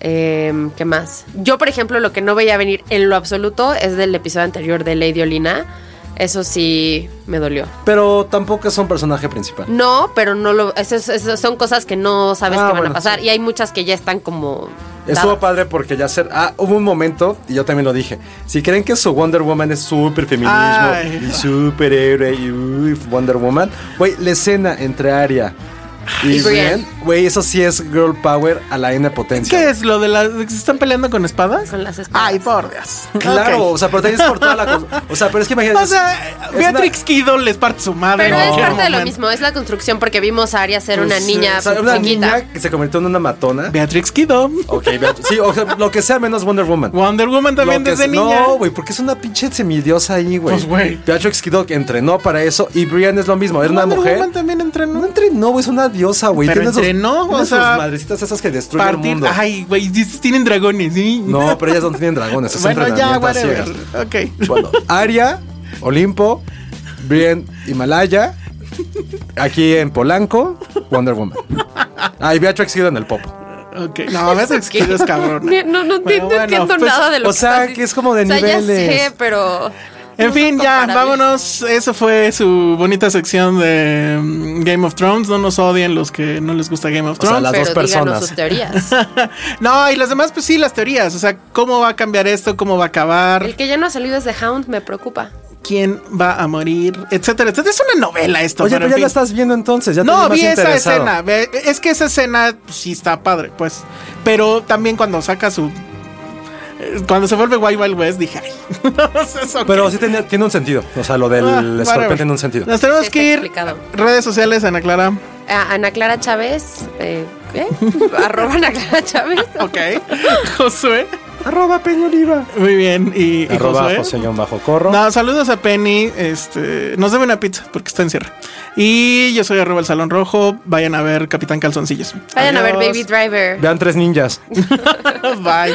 Speaker 7: Em, ¿Qué más? Yo, por ejemplo, lo que no veía venir en lo absoluto es del episodio anterior de Lady Olina. Eso sí me dolió.
Speaker 5: pero tampoco es un personaje principal.
Speaker 6: Mm,
Speaker 7: No, pero no lo. esas- esas son cosas que no sabes
Speaker 5: Ah,
Speaker 7: que van
Speaker 5: bueno,
Speaker 7: a pasar.
Speaker 5: sí.
Speaker 7: Y hay muchas que ya están como.
Speaker 5: Estuvo
Speaker 7: dadas.
Speaker 5: padre porque ya ser. Ah, hubo un momento, y yo también lo dije. Si creen que su Wonder Woman es súper feminismo
Speaker 6: Ay.
Speaker 5: y súper héroe y uy, Wonder Woman, güey, la escena entre Aria y
Speaker 7: Y Brienne.
Speaker 5: Brienne, güey, eso sí es girl power a la N potencia.
Speaker 6: ¿Qué es lo de las que se están peleando con espadas?
Speaker 7: Con las espadas.
Speaker 6: Ay, por Dios.
Speaker 5: Claro,
Speaker 6: Ok.
Speaker 5: o sea, pero te dices por toda la cosa. O sea, pero es que imagínate.
Speaker 6: O sea,
Speaker 5: es
Speaker 6: Beatrix
Speaker 5: una-
Speaker 6: Kido les parte su madre.
Speaker 7: Pero
Speaker 6: en
Speaker 7: es parte
Speaker 6: cualquier
Speaker 7: de lo
Speaker 6: momento.
Speaker 7: mismo, es la construcción porque vimos a Arya ser una
Speaker 5: pues,
Speaker 7: niña
Speaker 5: o sea, una
Speaker 7: chiquita.
Speaker 5: niña que se convirtió en una matona.
Speaker 6: Beatrix Kido.
Speaker 5: Ok, Beatrix. Sí, o sea, lo que sea menos Wonder Woman.
Speaker 6: Wonder Woman también
Speaker 5: Lo que
Speaker 6: desde
Speaker 5: es-
Speaker 6: niña.
Speaker 5: No, güey, porque es una pinche semidiosa ahí, güey.
Speaker 6: Pues, güey.
Speaker 5: Beatrix Kiddo entrenó para eso y Brian es lo mismo, era una
Speaker 6: Wonder
Speaker 5: mujer.
Speaker 6: Woman también entrenó.
Speaker 5: No entrenó, güey, es una diosa, güey.
Speaker 6: Pero
Speaker 5: Tiene sus-
Speaker 6: entrenó, o
Speaker 5: tiene sus
Speaker 6: sea,
Speaker 5: madrecitas esas que destruyen el
Speaker 6: Partir.
Speaker 5: mundo.
Speaker 6: Ay, güey, dices, tienen dragones. ¿sí?
Speaker 5: No, pero ellas no tienen dragones, es
Speaker 6: bueno, ya,
Speaker 5: entrenamiento a
Speaker 6: whatever.
Speaker 5: ciegas.
Speaker 6: Ok.
Speaker 5: Bueno, Aria, Olimpo, Brian, Himalaya. Aquí en Polanco, Wonder Woman. Ay, Beatrix Kiddo en el pop.
Speaker 6: Ok. No, Beatrix Kido es cabrón.
Speaker 7: No,
Speaker 6: Bueno,
Speaker 7: no, no
Speaker 6: bueno,
Speaker 7: entiendo
Speaker 6: pues,
Speaker 7: nada de lo
Speaker 5: o
Speaker 7: que
Speaker 5: sea,
Speaker 7: estás diciendo.
Speaker 5: que es como de
Speaker 7: O sea,
Speaker 5: niveles.
Speaker 7: Ya sé, pero.
Speaker 6: En
Speaker 7: no
Speaker 6: fin,
Speaker 7: son
Speaker 6: ya,
Speaker 7: comparables.
Speaker 6: vámonos. Eso fue su bonita sección de mm, Game of Thrones. No nos odien los que no les gusta Game of
Speaker 5: sea,
Speaker 6: Thrones.
Speaker 5: las
Speaker 7: Pero
Speaker 5: dos
Speaker 7: díganos
Speaker 5: personas.
Speaker 7: sus teorías.
Speaker 6: no, y las demás, pues sí, las teorías. O sea, ¿cómo va a cambiar esto? ¿Cómo va a acabar?
Speaker 7: El que ya no ha salido es The Hound, me preocupa.
Speaker 6: ¿Quién va a morir? Etcétera, etcétera. Es una novela esto.
Speaker 5: Oye,
Speaker 6: pero
Speaker 5: pero
Speaker 6: en
Speaker 5: ya
Speaker 6: fin.
Speaker 5: la estás viendo entonces, ya te
Speaker 6: No,
Speaker 5: vi más
Speaker 6: vi esa
Speaker 5: interesado.
Speaker 6: escena. Ve- Es que esa escena pues, sí está padre, pues. Pero también cuando saca su. eh, Cuando se vuelve Wild Wild West, dije, ay. o sea, eso
Speaker 5: Pero
Speaker 6: qué-
Speaker 5: sí tenía- tiene un sentido. O sea, lo del
Speaker 6: Ah,
Speaker 5: escorpión
Speaker 6: whatever.
Speaker 5: tiene un sentido.
Speaker 6: Nos tenemos
Speaker 7: Sí, está
Speaker 6: que ir.
Speaker 7: explicado.
Speaker 6: Redes sociales, Ana Clara.
Speaker 7: A- Ana Clara Chávez. Eh, ¿eh? Arroba Ana Clara Chávez.
Speaker 6: Ok. Josué.
Speaker 5: Arroba Peña Oliva.
Speaker 6: Muy bien. Y, y
Speaker 5: Arroba
Speaker 6: Josué.
Speaker 5: José guión bajo corro.
Speaker 6: No, saludos a Penny. Este, nos debe una pizza porque está en cierre. Y yo soy arroba el Salón Rojo. Vayan a ver Capitán Calzoncillos.
Speaker 7: Vayan a ver
Speaker 6: Adiós.
Speaker 7: Baby Driver.
Speaker 5: Vean tres ninjas.
Speaker 6: Bye.